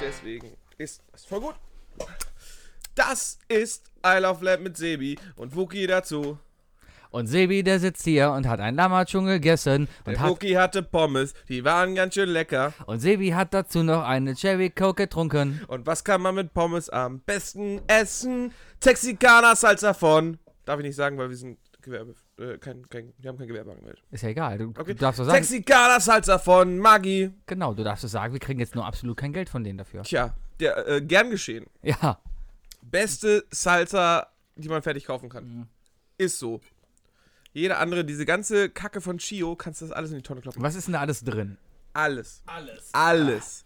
Deswegen ist das voll gut. Das ist I Love Lab mit Sebi und Wookie dazu. Und Sebi, der sitzt hier und hat ein Lammerl schon gegessen und Der hat Wookie hatte Pommes, die waren ganz schön lecker. und Sebi hat dazu noch eine Cherry Coke getrunken. Und was kann man mit Pommes am besten essen? Texikaner Salsa von. Darf ich nicht sagen, weil wir sind Gewerbe. Äh, kein, kein, wir haben kein Gewerbe angemeldet. Ist ja egal, du, Okay. du darfst doch sagen. Texikaner Salsa von Maggi. Genau, du darfst doch sagen, wir kriegen jetzt nur absolut kein Geld von denen dafür. Tja, der, äh, gern geschehen. Ja, Beste Salsa, die man fertig kaufen kann. Ist so. Jeder andere, diese ganze Kacke von Chio, kannst du das alles in die Tonne kloppen. was ist denn da alles drin? Alles. Alles. Alles.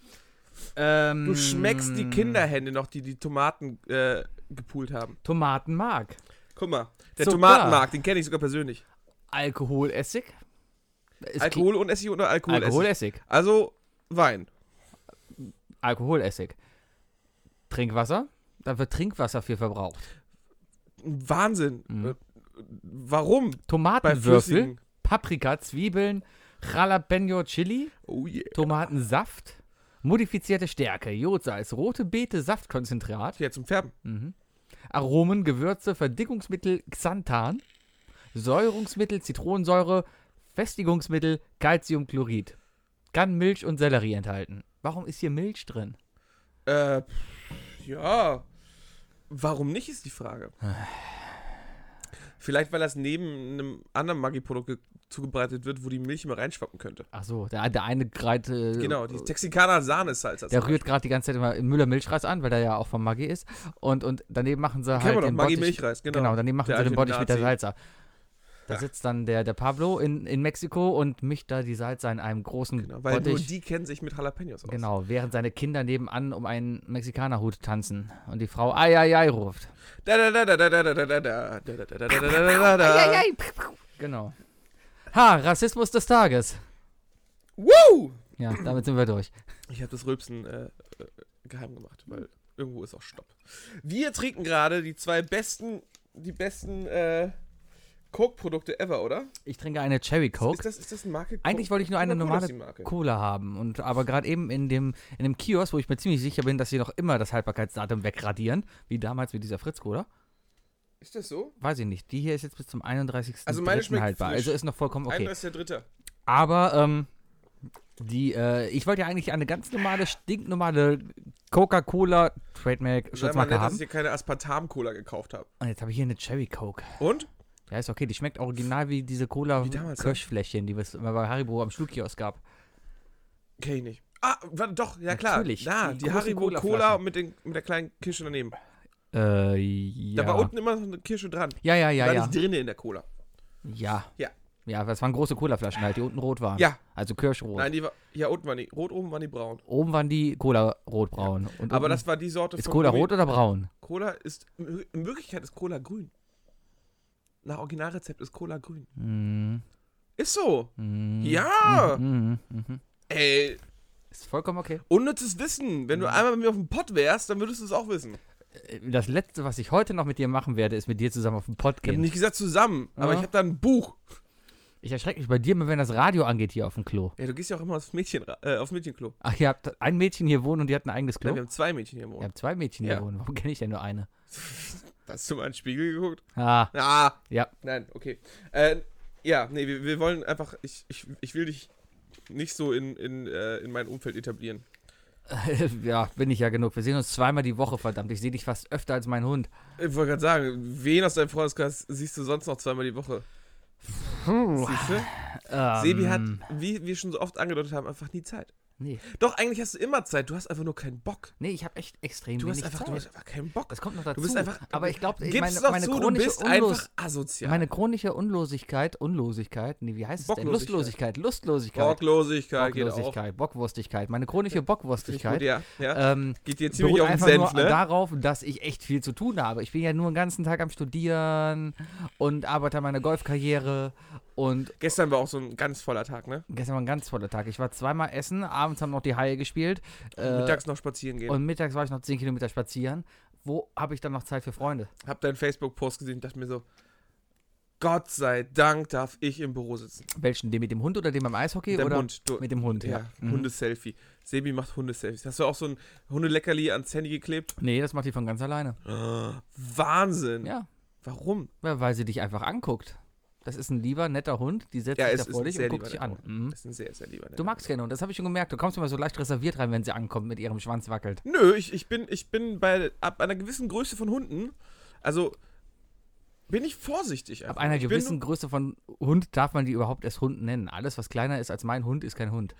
Ähm, Du schmeckst die Kinderhände noch, die die Tomaten äh, gepult haben. Tomatenmark, Guck mal, der Sogar. Tomatenmarkt, den kenne ich sogar persönlich. Alkoholessig. Ist Alkohol und Essig oder Alkohol, Essig? Alkoholessig. Also Wein. Alkoholessig. Trinkwasser. Da wird Trinkwasser viel verbraucht. Wahnsinn. Äh, Warum? Bei Tomatenwürfel, flüssigen. Paprika, Zwiebeln, Jalapeno Chili, Oh yeah. Tomatensaft, modifizierte Stärke, Jodsalz, rote Beete, Saftkonzentrat, Ja, zum Färben. Aromen, Gewürze, Verdickungsmittel, Xanthan, Säurungsmittel, Zitronensäure, Festigungsmittel, Calciumchlorid. Kann Milch und Sellerie enthalten. Warum ist hier Milch drin? Äh, ja. Warum nicht, ist die Frage. Vielleicht, weil das neben einem anderen Maggi-Produkt ge- zugebreitet wird, wo die Milch immer reinschwappen könnte. Ach so, der, der eine greift. Äh, Genau, die Texikaner Sahnesalz. Der rührt gerade die ganze Zeit immer Müller Milchreis an, weil der ja auch von Maggi ist. Und, und daneben machen sie Kennen halt wir doch, den Maggi Bottich- Milchreis, genau. Genau, daneben machen Der sie den alte Bottich mit der Nazi. Salsa. Da Ja. sitzt dann der, der Pablo in, in Mexiko und mischt da die Salsa in einem großen Genau, weil nur Bottich. die kennen sich mit Jalapenos aus. genau, während seine Kinder nebenan um einen Mexikanerhut tanzen und die Frau ai ai ai ruft. Da, da, da, da, da, da, da, da, da, da, da, da, da, da, da, da, da, da. Genau. Ha, Rassismus des Tages. Woo! Ja, damit sind wir durch. Ich habe das Rülpsen äh, äh, geheim gemacht, weil irgendwo ist auch Stopp. Wir trinken gerade die zwei besten, die besten äh, Coke-Produkte ever, oder? Ich trinke eine Cherry Coke. Ist das, ist das eine Marke? Coke? Eigentlich wollte ich nur eine Coca-Cola normale ist die Marke. Cola haben. Und aber gerade eben in dem, in dem Kiosk, wo ich mir ziemlich sicher bin, dass sie noch immer das Haltbarkeitsdatum wegradieren, wie damals mit dieser Fritz-Cola, Ist das so? weiß ich nicht. Die hier ist jetzt bis zum 31. Also meine Dritten schmeckt haltbar. frisch. Also ist noch vollkommen okay. Einer ist der dritte. Aber ähm, die, äh, ich wollte ja eigentlich eine ganz normale, stinknormale Coca-Cola Trademark Sei mal ne, nett, Schutzmarke dass haben. ich hier keine Aspartam-Cola gekauft habe. Und jetzt habe ich hier eine Cherry Coke. Und? Ja, ist okay. Die schmeckt original wie diese Wie damals, ne? Cola-Kirschfläschchen, die es immer bei Haribo am Schulkiosk gab. Kenn ich nicht. Ah, warte, doch, ja klar. Natürlich, Na, die die, großen Haribo Cola Cola-Flaschen. mit, den, mit der kleinen Kirsche daneben. Äh, ja. Da war unten immer noch eine Kirsche dran. ja, ja, ja, war ja. nicht drinne in der Cola. Ja. Ja. Ja, das waren große Colaflaschen halt, die unten rot waren. Ja. Also kirschrot. Nein, die war. Ja, unten waren die. Rot oben waren die braun. Oben waren die Cola rotbraun. Und Aber unten das war die Sorte ist Cola rot oder braun? Cola ist, in Wirklichkeit ist Cola grün. Nach Originalrezept ist Cola grün. Mhm. Ist so. Mhm. Ja. Mhm. Mhm. Ey, Ist vollkommen okay. unnützes Wissen. Wenn du Mhm. einmal mit mir auf dem Pott wärst, dann würdest du es auch wissen. Äh, Das letzte, was ich heute noch mit dir machen werde, ist mit dir zusammen auf den Pott Ich habe gehen. nicht gesagt zusammen, aber Ja. ich habe da ein Buch. Ich erschrecke mich bei dir immer, wenn das Radio angeht hier auf dem Klo. Ja, du gehst ja auch immer aufs Mädchen, äh, aufs Mädchenklo. Ach, ihr habt ein Mädchen hier wohnen und die hat ein eigenes Nein, Klo? wir haben zwei Mädchen hier Ihr wohnen. habt zwei Mädchen hier Ja. wohnen. Warum kenne ich denn nur eine? Hast du mal in den Spiegel geguckt? Ah, Ah, ja. nein, okay. Äh, ja, nee, wir, wir wollen einfach, ich, ich, ich will dich nicht so in, in, äh, in mein Umfeld etablieren. ja, bin ich ja genug. Wir sehen uns zweimal die Woche, verdammt. Ich sehe dich fast öfter als mein Hund. Ich wollte gerade sagen, wen aus deinem Freundeskreis siehst du sonst noch zweimal die Woche? Siehst du? Hm. Ähm, Sebi hat, wie wir schon so oft angedeutet haben, einfach nie Zeit. Nee. Doch, eigentlich hast du immer Zeit, du hast einfach nur keinen Bock. Nee, ich habe echt extrem Du hast, wenig einfach, Zeit. du hast einfach keinen Bock. das kommt noch dazu. Du bist einfach. aber ich glaube, gib's meine, doch meine, zu, du chronische bist Unlos- einfach asozial. meine chronische Unlosigkeit, Unlosigkeit, nee, wie heißt es denn? Bocklosigkeit. Lustlosigkeit, Lustlosigkeit, Bocklosigkeit geht auch. Bocklosigkeit, Bockwurstigkeit, meine chronische Finde ich gut, Bockwurstigkeit. ja. ja. Ähm, Geht dir ziemlich beruht auf den einfach Senf, nur ne? darauf, dass ich echt viel zu tun habe. Ich bin ja nur den ganzen Tag am Studieren und arbeite an meiner Golfkarriere und Gestern war auch so ein ganz voller Tag, ne? gestern war ein ganz voller Tag. Ich war zweimal essen, abends haben noch die Haie gespielt äh, Mittags noch spazieren gehen. und mittags war ich noch 10 Kilometer spazieren. Wo habe ich dann noch Zeit für Freunde? Hab deinen Facebook-Post gesehen und dachte mir so, Gott sei Dank darf ich im Büro sitzen. Welchen? Den mit dem Hund oder den beim Eishockey? Der oder Hund. Du, Mit dem Hund, ja. ja, Mhm. Hundeselfie. Sebi macht Hundeselfies. Hast du auch so ein Hundeleckerli ans Handy geklebt? Nee, das macht die von ganz alleine. Ah, Wahnsinn. Ja, Warum? weil weil sie dich einfach anguckt. Das ist ein lieber, netter Hund, die setzt Ja, sich es da ist vor ein dich sehr und guckt lieber, dich netter an. Mhm. Das ist ein sehr, sehr lieber. Du magst keine Hunde, das habe ich schon gemerkt. Du kommst immer so leicht reserviert rein, wenn sie ankommt mit ihrem Schwanz wackelt. Nö, ich, ich, bin, ich bin bei ab einer gewissen Größe von Hunden, also bin ich vorsichtig. Ab einfach. einer ich Bin, gewissen Größe von Hund darf man die überhaupt erst Hund nennen. Alles, was kleiner ist als mein Hund, ist kein Hund.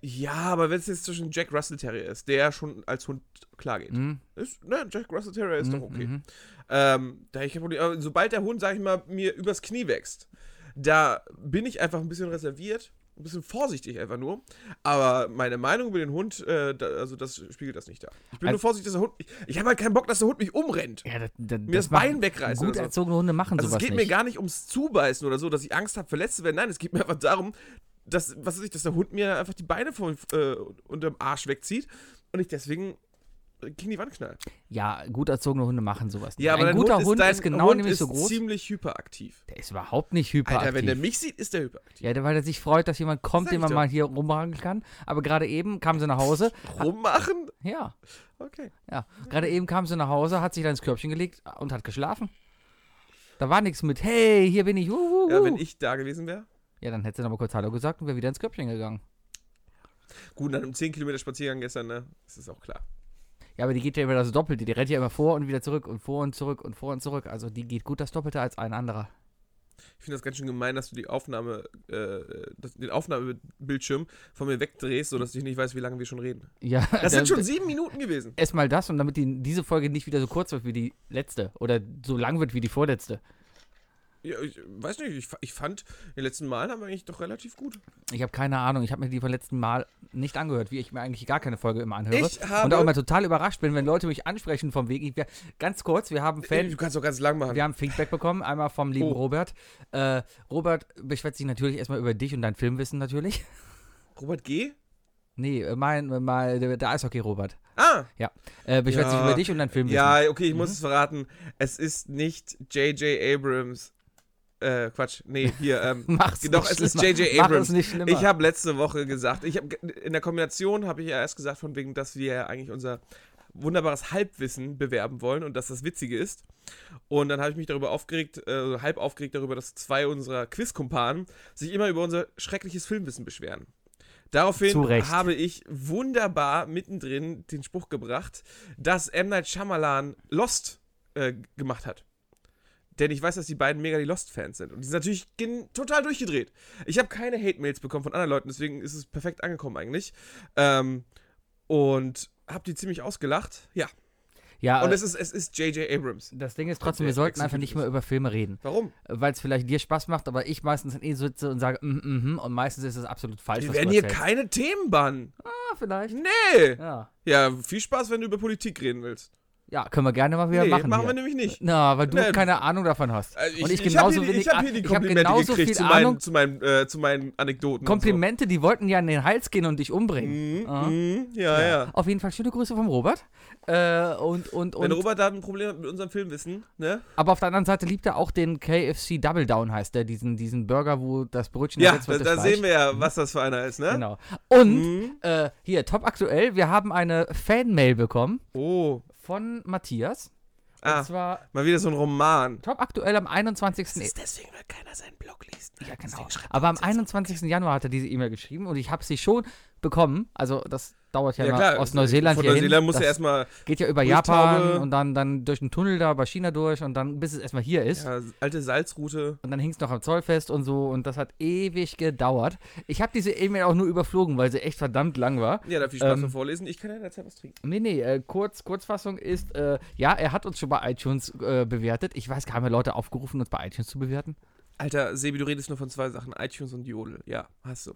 ja, aber wenn es jetzt zwischen Jack Russell Terrier ist, der schon als Hund klar geht. Mhm. Ist, ne, Jack Russell Terrier ist Mhm, doch okay. mhm. Ähm, da ich kein Problem. Aber sobald der Hund, sag ich mal, mir übers Knie wächst, da bin ich einfach ein bisschen reserviert, ein bisschen vorsichtig einfach nur. Aber meine Meinung über den Hund, äh, da, also das spiegelt das nicht da. Ich bin Also- nur vorsichtig, dass der Hund. Ich, ich habe halt keinen Bock, dass der Hund mich umrennt. Ja, das, das, Mir das, machen- Bein wegreißt. Gut oder so. erzogene Hunde machen Also es sowas geht mir nicht. gar nicht ums Zubeißen oder so, dass ich Angst habe, verletzt zu werden. Nein, es geht mir einfach darum, dass, was weiß ich, dass der Hund mir einfach die Beine von, äh, unterm Arsch wegzieht und ich deswegen gegen die Wand knall. ja, gut erzogene Hunde machen sowas nicht. Ja, aber Ein dein guter Hund, Hund ist, ist, dein genau Hund nämlich ist so groß. ziemlich hyperaktiv. Der ist überhaupt nicht hyperaktiv. Alter, wenn der mich sieht, ist der hyperaktiv. ja, der- weil er sich freut, dass jemand kommt, Sag den ich man doch. mal hier rumhangeln kann. Aber gerade eben kam sie nach Hause. Rummachen? Ja, Okay. ja. Gerade eben kam sie nach Hause, hat sich dann ins Körbchen gelegt und hat geschlafen. Da war nichts mit, hey, hier bin ich. wuh, wuh, Ja, wuh. wenn ich da gewesen wäre. ja, dann hätte sie nochmal kurz Hallo gesagt und wäre wieder ins Körbchen gegangen. Gut, dann im 10 Kilometer Spaziergang gestern, ne? Das ist auch klar. Ja, aber die geht ja immer das Doppelte. Die rennt ja immer vor und wieder zurück und vor und zurück und vor und zurück. Also die geht gut das Doppelte als ein anderer. Ich finde das ganz schön gemein, dass du die Aufnahme, äh, das, den Aufnahmebildschirm von mir wegdrehst, sodass ich nicht weiß, wie lange wir schon reden. Ja, Das dann- sind schon sieben Minuten gewesen. erstmal das und damit die, diese Folge nicht wieder so kurz wird wie die letzte oder so lang wird wie die vorletzte. Ja, ich weiß nicht, ich, fa- ich fand, in den letzten Malen haben wir eigentlich doch relativ gut. Ich habe keine Ahnung, ich habe mir die vom letzten Mal nicht angehört, wie ich mir eigentlich gar keine Folge immer anhöre. Ich habe- und auch immer total überrascht bin, wenn Leute mich ansprechen vom Weg. Ich wär, ganz kurz, wir haben Fan, du kannst doch ganz lang machen. Wir haben Feedback bekommen, einmal vom lieben Oh. Robert. Äh, Robert beschwert sich natürlich erstmal über dich und dein Filmwissen natürlich. Robert G. Nee, äh, mein, mein der, der Eishockey-Robert. Ah, Äh, beschwert sich Ja. über dich und dein Filmwissen. ja, okay, ich muss Mhm. es verraten. Es ist nicht J.J. Abrams. Äh, Quatsch, nee, hier, ähm, Mach's Doch, nicht es ist schlimmer. J.J. Mach Abrams. es nicht schlimmer. Ich habe letzte Woche gesagt, ich hab, in der Kombination habe ich ja erst gesagt, von wegen, dass wir ja eigentlich unser wunderbares Halbwissen bewerben wollen und dass das Witzige ist. Und dann habe ich mich darüber aufgeregt, äh, halb aufgeregt darüber, dass zwei unserer Quizkumpanen sich immer über unser schreckliches Filmwissen beschweren. Daraufhin Zu Recht. habe ich wunderbar mittendrin den Spruch gebracht, dass M. Night Shyamalan Lost äh, gemacht hat. Denn ich weiß, dass die beiden mega die Lost-Fans sind. Und die sind natürlich gen- total durchgedreht. Ich habe keine Hate-Mails bekommen von anderen Leuten, deswegen ist es perfekt angekommen eigentlich. Ähm, und habe die ziemlich ausgelacht. Ja. ja, Und äh, es ist es ist J.J. Abrams. das Ding ist trotzdem, der wir sollten einfach Exekutive nicht mehr über Filme reden. Warum? weil es vielleicht dir Spaß macht, aber ich meistens eh sitze und sage, mm, mm, mm, und meistens ist es absolut falsch. Wir was du werden hier erzählst. keine Themen bannen. Ah, vielleicht. Nee. Ja. Ja, viel Spaß, wenn du über Politik reden willst. ja, können wir gerne mal wieder nee, machen. machen wir hier. nämlich nicht. Na, weil du Nee. keine Ahnung davon hast. Also und ich, hab genauso hier die- wenig. ich habe hier die ich hab Komplimente genauso gekriegt viel zu Ahnung. meinen, zu, meinen, äh, zu meinen Anekdoten. und Komplimente, die wollten ja an den Hals gehen und dich umbringen. So. Mhm, Ah. mhm, ja, ja. Auf jeden Fall schöne Grüße vom Robert. Äh, und, und, Wenn und, Robert da ein Problem hat mit unserem Filmwissen, ne? aber auf der anderen Seite liebt er auch den KFC Double Down, heißt der, diesen, diesen Burger, wo das Brötchen Ja, ersetzt da, wird da durch sehen Fleisch. wir ja, was das für einer ist, ne? Genau. Und Mhm. äh, hier, top aktuell, wir haben eine Fanmail bekommen. Oh. von Matthias. Ah, Und zwar mal wieder so ein Roman. top aktuell am 21. deswegen, weil keiner seinen Blog liest. ja, genau. Aber am 21. Januar hat er diese E-Mail geschrieben und ich habe sie schon bekommen. Also das dauert ja, Ja, mal klar. aus Neuseeland Von hierhin. Neuseeland muss das er erstmal geht ja über durch Japan Taube. und dann, dann durch den Tunnel da bei China durch und dann bis es erstmal hier ist. ja, alte Salzroute. Und dann hing es noch am Zoll fest und so und das hat ewig gedauert. Ich habe diese E-Mail auch nur überflogen, weil sie echt verdammt lang war. Ja, da viel Spaß Ähm. beim Vorlesen. Ich kann ja in der Zeit was trinken. Nee, nee, äh, kurz, Kurzfassung ist, äh, ja, er hat uns schon bei iTunes äh, bewertet. Ich weiß, haben wir Leute aufgerufen, uns bei iTunes zu bewerten? Alter, Sebi, du redest nur von zwei Sachen: iTunes und Jodel. Ja, hast du.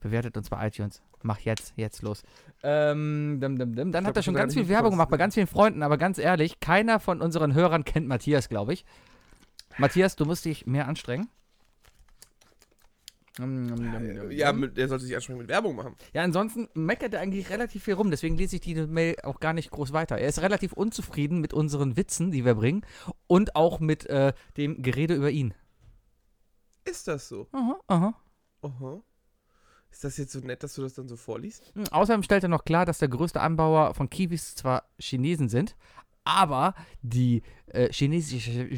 Bewertet uns bei iTunes. Mach jetzt, jetzt los. Ähm, dim, dim, dim. Dann Ich hat glaub, er schon ich hab ganz gar viel nicht Werbung mitbekommen. gemacht bei ganz vielen Freunden, aber ganz ehrlich, keiner von unseren Hörern kennt Matthias, glaube ich. Matthias, du musst dich mehr anstrengen. Nom, nom, nom, nom, nom. Ja, mit, der sollte sich anscheinend mit Werbung machen. ja, ansonsten meckert er eigentlich relativ viel rum, deswegen lese ich die Mail auch gar nicht groß weiter. Er ist relativ unzufrieden mit unseren Witzen, die wir bringen und auch mit äh, dem Gerede über ihn. Ist das so? Aha, aha. Aha. Ist das jetzt so nett, dass du das dann so vorliest? Mhm. Außerdem stellt er noch klar, dass der größte Anbauer von Kiwis zwar Chinesen sind, aber die äh, chinesische, die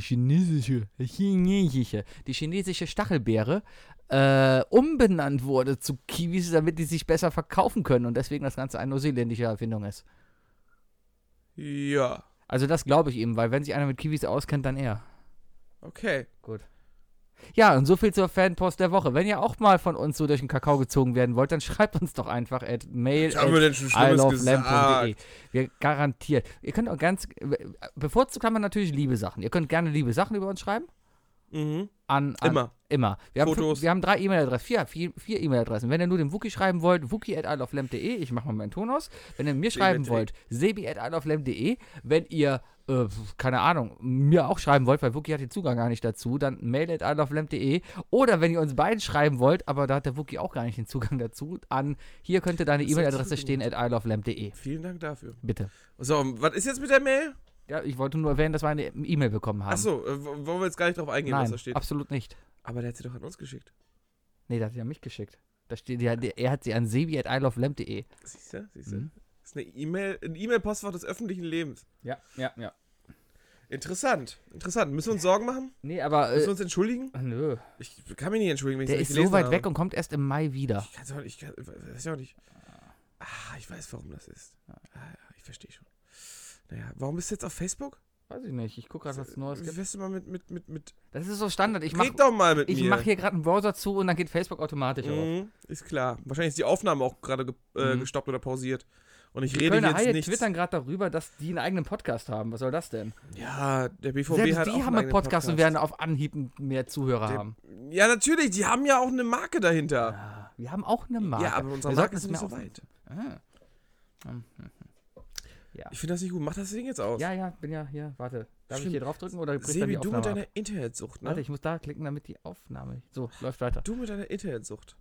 chinesische, chinesische, die chinesische Stachelbeere äh, umbenannt wurde zu Kiwis, damit die sich besser verkaufen können und deswegen das Ganze eine neuseeländische Erfindung ist. Ja. Also das glaube ich ihm, weil wenn sich einer mit Kiwis auskennt, dann er. Okay. Ja, und so viel zur Fanpost der Woche. Wenn ihr auch mal von uns so durch den Kakao gezogen werden wollt, dann schreibt uns doch einfach at mail Was haben wir denn schon I Schlimmes love lamb.de. gesagt? Wir garantiert. Ihr könnt auch ganz. Bevorzugt haben wir natürlich liebe Sachen. Ihr könnt gerne liebe Sachen über uns schreiben. Mhm. E. An, an Immer. immer. Wir haben, Fotos. fünf- wir haben drei E-Mail-Adressen, vier, vier, vier E-Mail-Adressen. Wenn ihr nur dem Wookie schreiben wollt, wookie at isleoflamp.de, ich mache mal meinen Ton aus. Wenn ihr mir schreiben mit wollt, sebi at isleoflamp.de. Wenn ihr, äh, keine Ahnung, mir auch schreiben wollt, weil Wookie hat den Zugang gar nicht dazu, dann mail at isleoflamp.de. Oder wenn ihr uns beiden schreiben wollt, aber da hat der Wookie auch gar nicht den Zugang dazu, an hier könnte deine Das ist E-Mail-Adresse absolut stehen at isleoflamp.de. Vielen Dank dafür. Bitte. So, was ist jetzt mit der Mail? Ja, ich wollte nur erwähnen, dass wir eine E-Mail bekommen haben. Achso, äh, w- wollen wir jetzt gar nicht drauf eingehen, was Nein, da steht. absolut nicht. Aber der hat sie doch an uns geschickt. Nee, der hat sie an mich geschickt. Da steht, der, der, er hat sie an sebi at isleoflamp.de. Siehst du? Siehst du? Mhm. Das ist eine E-Mail, ein E-Mail-Postfach des öffentlichen Lebens. Ja, ja, ja. Interessant. Interessant. Müssen wir uns Sorgen machen? Nee, aber. Müssen Äh, wir uns entschuldigen? nö. Ich kann mich nicht entschuldigen, wenn ich Der nicht ist so gelesen weit habe. weg und kommt erst im Mai wieder. Ich kann's auch nicht, ich kann, weiß ich auch nicht. Ah, ich weiß, warum das ist. Ah, ja, ich verstehe schon. Naja, warum bist du jetzt auf Facebook? Weiß ich nicht. Ich gucke Wie wärst du mal mit, mit, mit, mit. Das ist so Standard. Ich mache Red doch mal mit ich mir. mach hier gerade einen Browser zu und dann geht Facebook automatisch auf. Mhm, ist klar. Wahrscheinlich ist die Aufnahme auch gerade ge äh, Mhm. gestoppt oder pausiert. Und ich Die rede Kölner hier Haie jetzt nicht. twittern gerade darüber, dass die einen eigenen Podcast haben. Was soll das denn? Ja, der BVB Selbst hat die auch haben einen eigenen Podcast, und werden auf Anhieb mehr Zuhörer Der- haben. Ja, natürlich, die haben ja auch eine Marke dahinter. Ah, wir haben auch eine Marke. Ja, aber unsere Wir Marke sollten ist es nicht mehr so auf- weit. Ah. Ich finde das nicht gut. Mach das Ding jetzt aus. Ja, ja, bin ja hier. Warte. Darf ich Stimmt. hier draufdrücken oder bricht dann Sebi, die du Aufnahme mit ab? deiner Internetsucht, ne? Warte, ich muss da klicken, damit die Aufnahme. So, läuft weiter. Du mit deiner Internetsucht.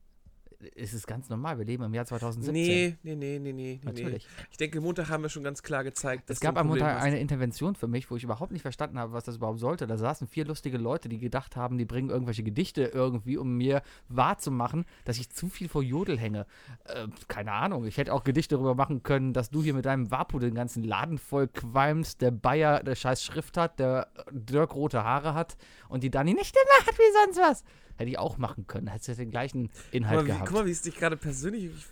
Es ist ganz normal, wir leben im Jahr 2017. Nee, nee, nee, nee, nee, nee. nee. natürlich. Ich denke, Montag haben wir schon ganz klar gezeigt, dass Es gab du ein am Problem Montag hast. eine Intervention für mich, wo ich überhaupt nicht verstanden habe, was das überhaupt sollte. Da saßen vier lustige Leute, die gedacht haben, die bringen irgendwelche Gedichte irgendwie, um mir wahrzumachen, dass ich zu viel vor Jodel hänge. Äh, keine Ahnung, ich hätte auch Gedichte darüber machen können, dass du hier mit deinem Wapu den ganzen Laden voll qualmst, der Bayer der scheiß Schrift hat, der Dirk rote Haare hat und die Dani nicht immer hat wie sonst was. Hätte ich auch machen können, hätte es den gleichen Guck Inhalt mal, wie, gehabt. guck mal, wie es dich gerade persönlich wirklich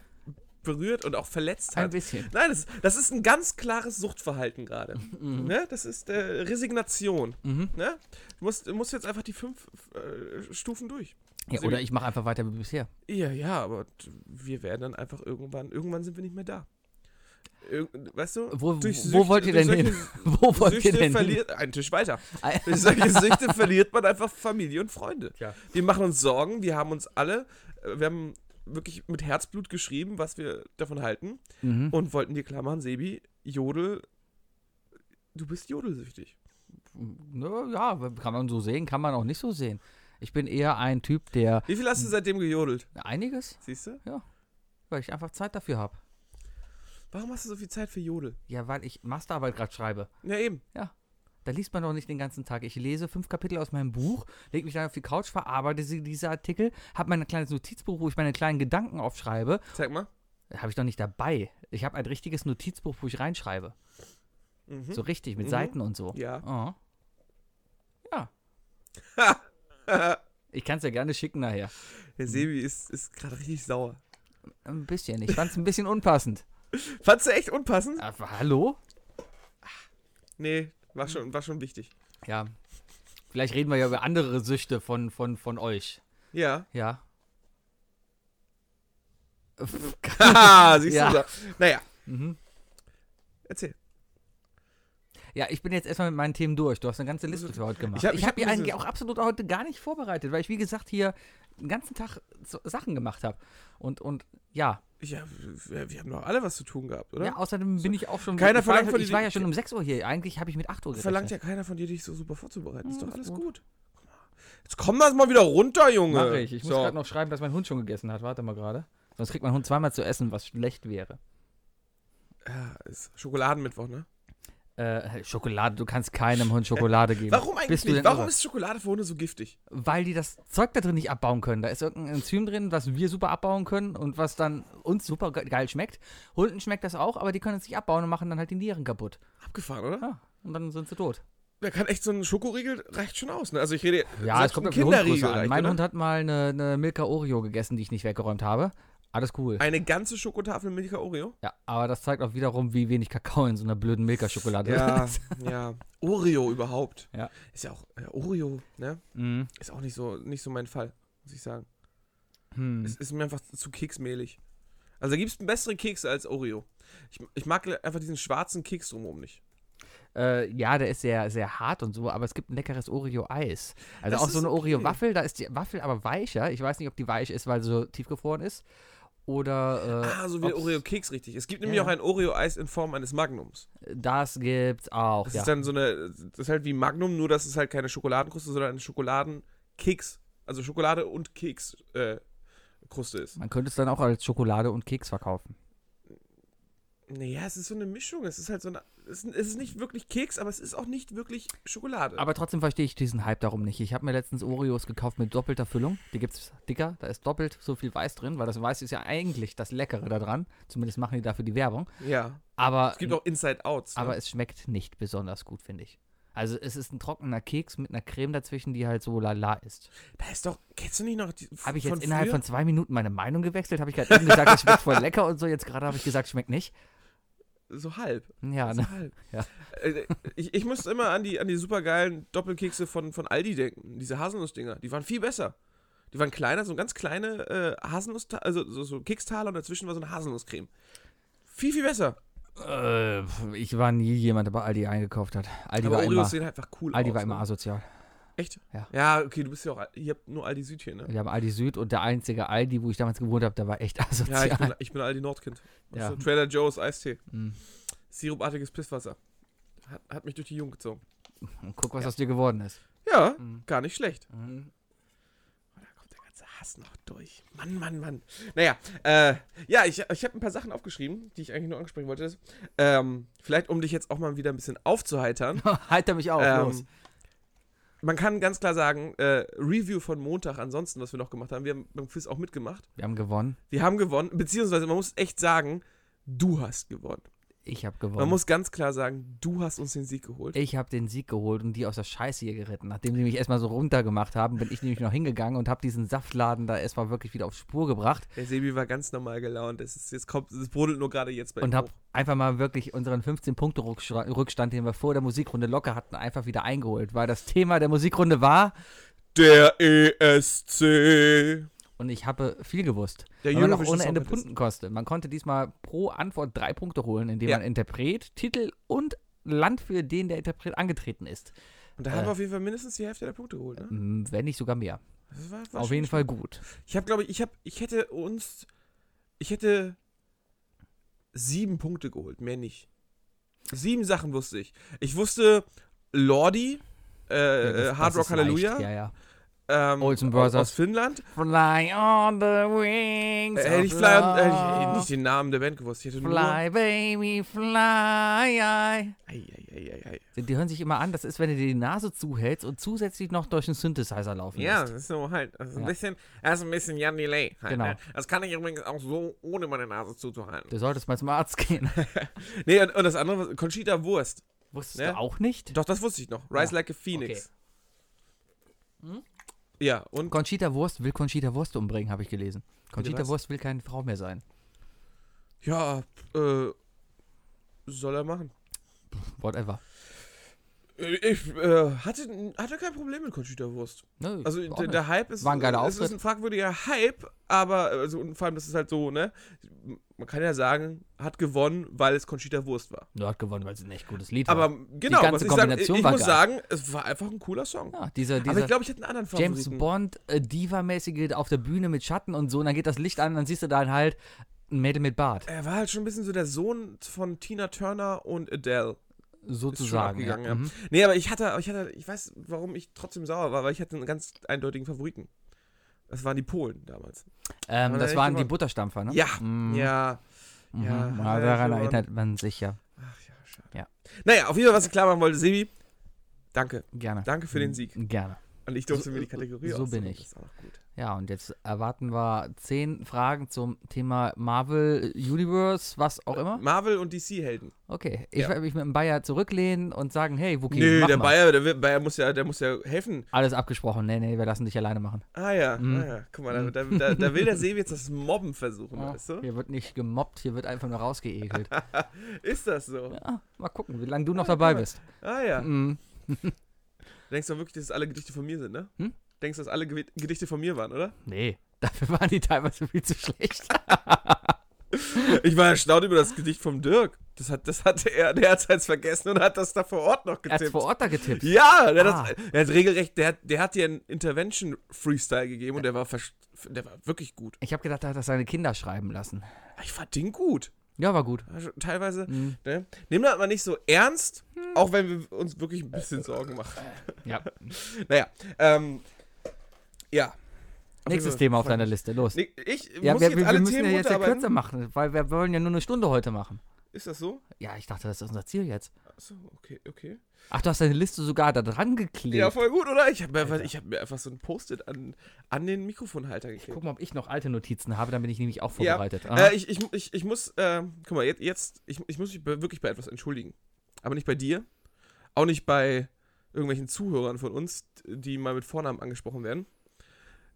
berührt und auch verletzt Ein hat. bisschen. Nein, das, das ist ein ganz klares Suchtverhalten gerade. Mhm. ne? Das ist äh, Resignation. Ne? Du musst, du musst jetzt einfach die fünf äh, Stufen durch. Ja, Deswegen- oder ich mache einfach weiter wie bisher. Ja, ja, aber t- wir werden dann einfach irgendwann, irgendwann sind wir nicht mehr da. Irg weißt du? Wo, durch wo Süchte- wollt ihr durch denn hin? solche Wo wollt ihr Süchte denn hin? verliert, einen Tisch weiter. Ei, Durch solche Süchte verliert man einfach Familie und Freunde. Tja. Wir machen uns Sorgen, wir haben uns alle, äh, wir haben wirklich mit Herzblut geschrieben, was wir davon halten Mhm. und wollten dir klar machen, Sebi, Jodel, du bist jodelsüchtig. Nö, ne, Ja, kann man so sehen, kann man auch nicht so sehen. Ich bin eher ein Typ, der Wie viel hast du seitdem gejodelt? einiges, Siehst du? weil ich einfach Zeit dafür habe. Warum hast du so viel Zeit für Jodel? Ja, weil ich Masterarbeit gerade schreibe. Ja, eben. Da liest man doch nicht den ganzen Tag. Ich lese fünf Kapitel aus meinem Buch, lege mich dann auf die Couch, verarbeite sie- diese Artikel, habe mein kleines Notizbuch, wo ich meine kleinen Gedanken aufschreibe. Zeig mal. Habe ich doch nicht dabei. Ich habe ein richtiges Notizbuch, wo ich reinschreibe. Mhm. So richtig, mit Mhm. Seiten und so. Ja. Oh. Ja. Ich kann es ja gerne schicken nachher. Der Sebi ist, ist gerade richtig sauer. Ein bisschen. Ich fand es ein bisschen unpassend. Fandst du echt unpassend? Ah, hallo? Nee, war schon, war schon wichtig. Ja. Vielleicht reden wir ja über andere Süchte von, von, von euch. Ja. Ja. Haha, siehst Ja. du da. Naja, Mhm. erzähl. Ja, ich bin jetzt erstmal mit meinen Themen durch. Du hast eine ganze Liste für heute gemacht. Ich hab- Ich ich habe hab mir mir so- eigentlich auch absolut heute gar nicht vorbereitet, weil ich, wie gesagt, hier den ganzen Tag so Sachen gemacht habe. Und, und ja. Ja, wir, wir haben doch alle was zu tun gehabt, oder? ja, außerdem bin ich auch schon. Keiner ich war, verlangt von Ich dir- war ja schon um 6 Uhr hier. Eigentlich habe ich mit 8 Uhr gerechnet. Verlangt ja keiner von dir, dich so super vorzubereiten. Ist Hm, doch ist alles gut. gut. Guck mal. Jetzt komm das mal wieder runter, Junge. Mach ich. Ich muss so. gerade noch schreiben, dass mein Hund schon gegessen hat. Warte mal gerade. Sonst kriegt mein Hund zweimal zu essen, was schlecht wäre. Ja, ist Schokoladenmittwoch, ne? Äh, Schokolade, du kannst keinem Hund Schokolade geben. Warum eigentlich Bist du nicht? denn Warum irre? ist Schokolade für Hunde so giftig? Weil die das Zeug da drin nicht abbauen können. Da ist irgendein Enzym drin, was wir super abbauen können und was dann uns super ge- geil schmeckt. Hunden schmeckt das auch, aber die können es nicht abbauen und machen dann halt die Nieren kaputt. Abgefahren, oder? Ja, und dann sind sie tot. Da kann echt so ein Schokoriegel reicht schon aus, ne? Also ich rede. Ja, selbst es kommt ein auf die Hundgröße an. reicht, Mein oder? Hund hat mal eine, eine Milka Oreo gegessen, die ich nicht weggeräumt habe. Alles cool. Eine ganze Schokotafel Milka Oreo? Ja, aber das zeigt auch wiederum, wie wenig Kakao in so einer blöden Milka-Schokolade Ja, ist. ja. Oreo überhaupt. Ja. Ist ja auch. Äh, Oreo, ne? Mhm. Ist auch nicht so, nicht so mein Fall, muss ich sagen. Hm. Es ist mir einfach zu keksmehlig. Also da gibt es bessere Kekse als Oreo. Ich, ich mag einfach diesen schwarzen Keks drumherum nicht. Äh, ja, der ist sehr, sehr hart und so, aber es gibt ein leckeres Oreo-Eis. Also Das auch so ist eine okay. Oreo-Waffel, da ist die Waffel aber weicher. Ich weiß nicht, ob die weich ist, weil sie so tiefgefroren ist. Oder äh, ah, so wie der ob's- Oreo-Keks, richtig. Es gibt Ja, nämlich auch ja. ein Oreo-Eis in Form eines Magnums. das gibt's auch. Das ja. ist dann so eine, das ist halt wie Magnum, nur dass es halt keine Schokoladenkruste, sondern eine Schokoladenkeks, also Schokolade und Keks äh, Kruste ist. Man könnte es dann auch als Schokolade und Keks verkaufen. Naja, es ist so eine Mischung, es ist halt so eine, es ist, es ist nicht wirklich Keks, aber es ist auch nicht wirklich Schokolade. Aber trotzdem verstehe ich diesen Hype darum nicht. Ich habe mir letztens Oreos gekauft mit doppelter Füllung. Die gibt's dicker, da ist doppelt so viel Weiß drin, weil das Weiß ist ja eigentlich das Leckere daran. Zumindest machen die dafür die Werbung. ja, Aber es gibt auch Inside-Outs. Ähm, Aber ne? es schmeckt nicht besonders gut, finde ich. Also es ist ein trockener Keks mit einer Creme dazwischen, die halt so lala ist. Da ist doch, kennst du nicht noch die Habe ich jetzt von innerhalb früher? von zwei Minuten meine Meinung gewechselt? Habe ich gerade eben gesagt, es schmeckt voll lecker und so. Jetzt gerade habe ich gesagt, schmeckt nicht. So halb. Ja, so ne? halb. Ja. Äh, Ich, ich musste immer an die, an die supergeilen Doppelkekse von, von Aldi denken. Diese Haselnussdinger. Die waren viel besser. Die waren kleiner, so ganz kleine äh, Haselnuss, also so, so Kekstaler und dazwischen war so eine Haselnusscreme. Viel, viel besser. Äh, ich war nie jemand, der bei Aldi eingekauft hat. Aldi, Aber war Oreos immer, sehen einfach cool Aldi aus. war immer ne? asozial. Echt? Ja. Ja, okay, du bist ja auch, Al- ihr habt nur Aldi Süd hier, ne? Wir haben Aldi Süd und der einzige Aldi, wo ich damals gewohnt habe, der war echt Ja, asozial. ich bin, ich bin Aldi Nordkind. Ja. Ja. Du, Trader Joe's Eistee. Mhm. Sirupartiges Pisswasser. Hat, hat mich durch die Jugend gezogen. Und guck, was aus dir geworden ist. Ja, Mhm. gar nicht schlecht. Mhm. Da kommt der ganze Hass noch durch. Mann, Mann, Mann. Naja, äh, ja, ich, ich habe ein paar Sachen aufgeschrieben, die ich eigentlich nur ansprechen wollte. Ähm, vielleicht, um dich jetzt auch mal wieder ein bisschen aufzuheitern. Heiter Halt mich auf, los. ähm, man kann ganz klar sagen, äh, Review von Montag ansonsten, was wir noch gemacht haben. Wir haben beim Quiz auch mitgemacht. Wir haben gewonnen. Wir haben gewonnen, beziehungsweise man muss echt sagen, du hast gewonnen. Ich habe Man gewonnen. muss ganz klar sagen, du hast uns den Sieg geholt. Ich habe den Sieg geholt und die aus der Scheiße hier geritten. Nachdem sie mich erstmal so runtergemacht haben, bin ich nämlich noch hingegangen und habe diesen Saftladen da erstmal wirklich wieder auf Spur gebracht Der Sebi war ganz normal gelaunt. Es, ist, jetzt kommt, es brodelt nur gerade jetzt bei und ihm habe hoch. einfach mal wirklich unseren 15-Punkte-Rückstand, den wir vor der Musikrunde locker hatten, einfach wieder eingeholt, weil das Thema der Musikrunde war Der E ESC. und ich habe viel gewusst. Der weil man auch Eurovision ohne Ende Song Contest. Punkten kostet. Man konnte diesmal pro Antwort drei Punkte holen, indem Ja. man Interpret, Titel und Land, für den der Interpret angetreten ist. Und da haben wir auf jeden Fall mindestens die Hälfte der Punkte geholt, ne? Hm, Wenn nicht sogar mehr. Das war, war Auf schon jeden nicht Fall gut. schlecht. Ich habe, glaube ich, ich, hab, ich hätte uns. Ich hätte sieben Punkte geholt, mehr nicht. Sieben Sachen wusste ich. Ich wusste Lordi, äh, Ja, das- äh, Hard das Rock ist leicht. Hallelujah, Ja, ja. ähm, Olsen aus, Brothers. aus Finnland. Fly on the wings. Äh, hätte of ich, Fly on, äh, love. ich hätte nicht den Namen der Band gewusst. Ich hätte nur. Ei, Fly, baby, fly. ei, ei, ei, ei. Die hören sich immer an, das ist, wenn du dir die Nase zuhältst und zusätzlich noch durch einen Synthesizer laufen Ja, das lässt. ist so halt. Das ist ein Ja. bisschen, das ist ein bisschen Jan Delay. Halt, Genau. ne? Das kann ich übrigens auch so, ohne meine Nase zuzuhalten. Du solltest mal zum Arzt gehen. Nee, und, und das andere, was- Conchita Wurst. Wusstest Ne? du auch nicht? Doch, eh das wusste ich noch. Rise Ja. Like a Phoenix. Ja, und Conchita Wurst will Conchita Wurst umbringen, habe ich gelesen. Conchita was? Wurst will keine Frau mehr sein. ja, äh, soll er machen. Whatever. Äh, Ich äh, hatte, hatte kein Problem mit Conchita Wurst. Nö, Also auch der, Ne, nicht. der Hype ist, äh, War ein geiler es ist Auftritt. ein fragwürdiger Hype, aber also, und vor allem das ist halt so, ne? Man kann ja sagen, hat gewonnen, weil es Conchita Wurst war. Nur hat gewonnen, weil es ein echt gutes Lied Aber war. genau, ganze was ich sagen, ich Kombination war muss geil. sagen, es war einfach ein cooler Song. Ja, dieser, aber dieser ich glaube, ich hätte einen anderen Favoriten. James Bond, äh, Diva-mäßige auf der Bühne mit Schatten und so, und dann geht das Licht an, dann siehst du dann halt ein Mädel mit Bart. Er war halt schon ein bisschen so der Sohn von Tina Turner und Adele. Ist schon Sozusagen. abgegangen, ja. Mhm. Nee, aber ich hatte, ich hatte, ich weiß, warum ich trotzdem sauer war, weil ich hatte einen ganz eindeutigen Favoriten. Das waren die Polen damals. Ähm, Aber das echt waren die gewonnen. Butterstampfer, ne? Ja, Mhm. ja, Mhm. ja, Ja, hat er daran gewonnen. erinnert man sich ja. Ach ja, schade. Ja. Naja, auf jeden Fall, was ich klar machen wollte, Sebi, danke. Gerne. Danke für den Sieg. Gerne. Und ich durfte Mhm. So- mir die Kategorie so aussuchen, bin ich. das ist auch noch gut. Ja, und jetzt erwarten wir zehn Fragen zum Thema Marvel Universe, was auch immer. Marvel und DC-Helden. Okay, ich Ja. werde mich mit dem Bayer zurücklehnen und sagen, hey, Wookie, Nö, mach der mal. Bayer, der, wird- Bayer muss ja, der muss ja helfen. Alles abgesprochen. Nee, nee, wir lassen dich alleine machen. Ah ja, Mhm. ah ja. Guck mal, da, da, da, da will der Sebi jetzt das Mobben versuchen, Ja, weißt du? Hier wird nicht gemobbt, hier wird einfach nur rausgeekelt. Ist das so? ja, mal gucken, wie lange du noch Ja, dabei guck mal. bist. Ah ja. Mhm. Denkst du wirklich, dass es alle Gedichte von mir sind, ne? Hm? Denkst du, dass alle Gewi- Gedichte von mir waren, oder? Nee, dafür waren die teilweise viel zu schlecht. Ich war erstaunt über das Gedicht vom Dirk. Das hat, das hatte er, der hat es halt vergessen und hat das da vor Ort noch Er hat getippt. vor Ort da getippt. Ja, der, Ah. hat, das- der hat regelrecht, der hat, der hat dir einen Intervention-Freestyle gegeben und der war, versch- der war wirklich gut. Ich habe gedacht, er hat das seine Kinder schreiben lassen. Ich fand den gut. Ja, war gut. Also Teilweise, Mhm. Hm. ne? Nehmen das mal nicht so ernst, auch wenn wir uns wirklich ein Äh, bisschen Sorgen machen. Ja. Naja, ähm, ja. Auf Nächstes jeden Thema auf Fall. deiner Liste, los. Also, Nee, Ich Ja, muss wir, jetzt wir, wir alle müssen ja Themen jetzt ja runterarbeiten. kürzer machen, weil wir wollen ja nur eine Stunde heute machen. Ist das so? Ja, ich dachte, das ist unser Ziel jetzt. Achso, okay, okay. Ach, du hast deine Liste sogar da dran geklebt. Ja, voll gut, oder? Ich habe mir, einfach- Alter. ich hab mir einfach so ein Post-it an, an den Mikrofonhalter geklebt. Guck mal, ob ich noch alte Notizen habe, dann bin ich nämlich auch Ja, vorbereitet. Aha. Äh, ich, ich, ich, ich muss, äh, guck mal, jetzt, jetzt ich, ich muss mich be- wirklich bei etwas entschuldigen. Aber nicht bei dir, auch nicht bei irgendwelchen Zuhörern von uns, die mal mit Vornamen angesprochen werden.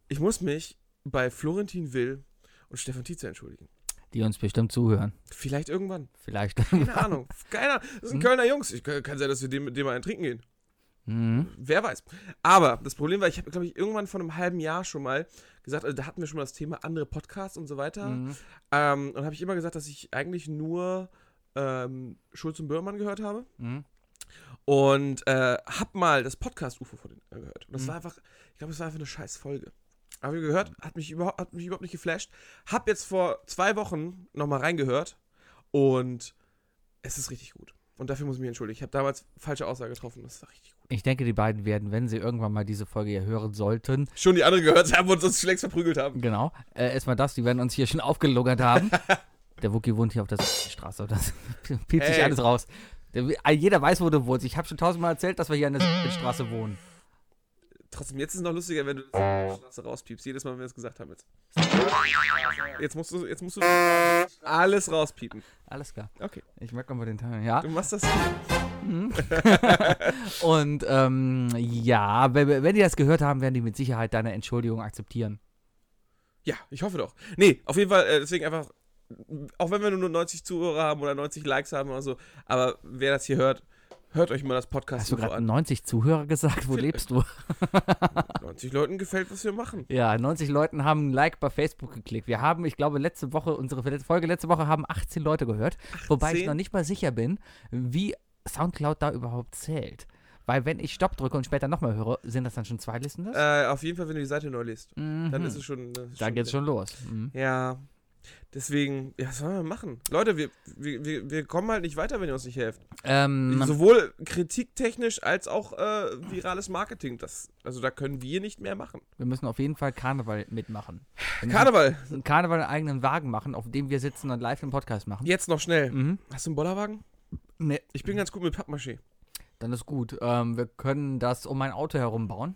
Ich muss mich bei Florentin Will und Stefan Tietze entschuldigen. die uns bestimmt zuhören. Vielleicht irgendwann. Vielleicht. Keine Ahnung. Keine Ahnung. Das Hm? sind Kölner Jungs. Ich, kann sein, dass wir dem, mit dem mal einen trinken gehen. Mhm. Wer weiß. Aber das Problem war, ich habe, glaube ich, irgendwann vor einem halben Jahr schon mal gesagt, also da hatten wir schon mal das Thema andere Podcasts und so weiter. Mhm. Ähm, und habe ich immer gesagt, dass ich eigentlich nur ähm, Schulz und Böhrmann gehört habe. Mhm. Und äh, hab mal das Podcast-UFO von denen gehört. Und das Mhm. war einfach, ich glaube, das war einfach eine scheiß Folge. Hab ich gehört, hat mich, überhaupt, hat mich überhaupt nicht geflasht. Hab jetzt vor zwei Wochen nochmal reingehört und es ist richtig gut. Und dafür muss ich mich entschuldigen. Ich habe damals falsche Aussage getroffen. Das war richtig gut. Ich denke, die beiden werden, wenn sie irgendwann mal diese Folge hier hören sollten, Schon die anderen gehört haben und uns schlecht verprügelt haben. genau, äh, erstmal das, die werden uns hier schon aufgelungert haben. der Wookie wohnt hier auf der Straße, das piept sich Hey. alles raus. Der, äh, jeder weiß, wo du wohnst. Ich habe schon tausendmal erzählt, dass wir hier an der Straße wohnen. Trotzdem, jetzt ist es noch lustiger, wenn du das auf der Straße rauspiepst. Jedes Mal, wenn wir es gesagt haben jetzt. Jetzt musst du, jetzt musst du alles rauspiepen. Alles klar. Okay. Ich merke nochmal den Teil. Ja. Du machst das. Und ähm, ja, wenn, wenn die das gehört haben, werden die mit Sicherheit deine Entschuldigung akzeptieren. Ja, ich hoffe doch. Nee, auf jeden Fall, äh, deswegen einfach, auch wenn wir nur 90 Zuhörer haben oder 90 Likes haben oder so, aber wer das hier hört, hört euch mal das Hast Podcast du UFO gerade an. 90 Zuhörer gesagt? Wo Vielleicht. lebst du? 90 Leuten gefällt, was wir machen. Ja, 90 Leuten haben ein Like bei Facebook geklickt. Wir haben, ich glaube, letzte Woche, unsere verlet- Folge letzte Woche haben 18 Leute gehört. Wobei ich 18? noch nicht mal sicher bin, wie Soundcloud da überhaupt zählt. Weil wenn ich Stopp drücke und später nochmal höre, sind das dann schon zwei Listen? Das? Äh, auf jeden Fall, wenn du die Seite neu liest, mhm. dann ist es schon. das ist da geht's schon los. Mhm. Ja. Deswegen, ja, was sollen wir machen? Leute, wir, wir, wir- wir kommen halt nicht weiter, wenn ihr uns nicht helft. Ähm, Sowohl kritiktechnisch als auch äh, virales Marketing. Das, also da können wir nicht mehr machen. wir müssen auf jeden Fall Karneval mitmachen. Wir müssen Karneval, einen Karneval einen eigenen Wagen machen, auf dem wir sitzen und live einen Podcast machen. jetzt noch schnell. Mhm. Hast du einen Bollerwagen? Nee, Ich bin ganz gut mit Pappmaché. dann ist gut. Ähm, wir können das um mein Auto herum bauen.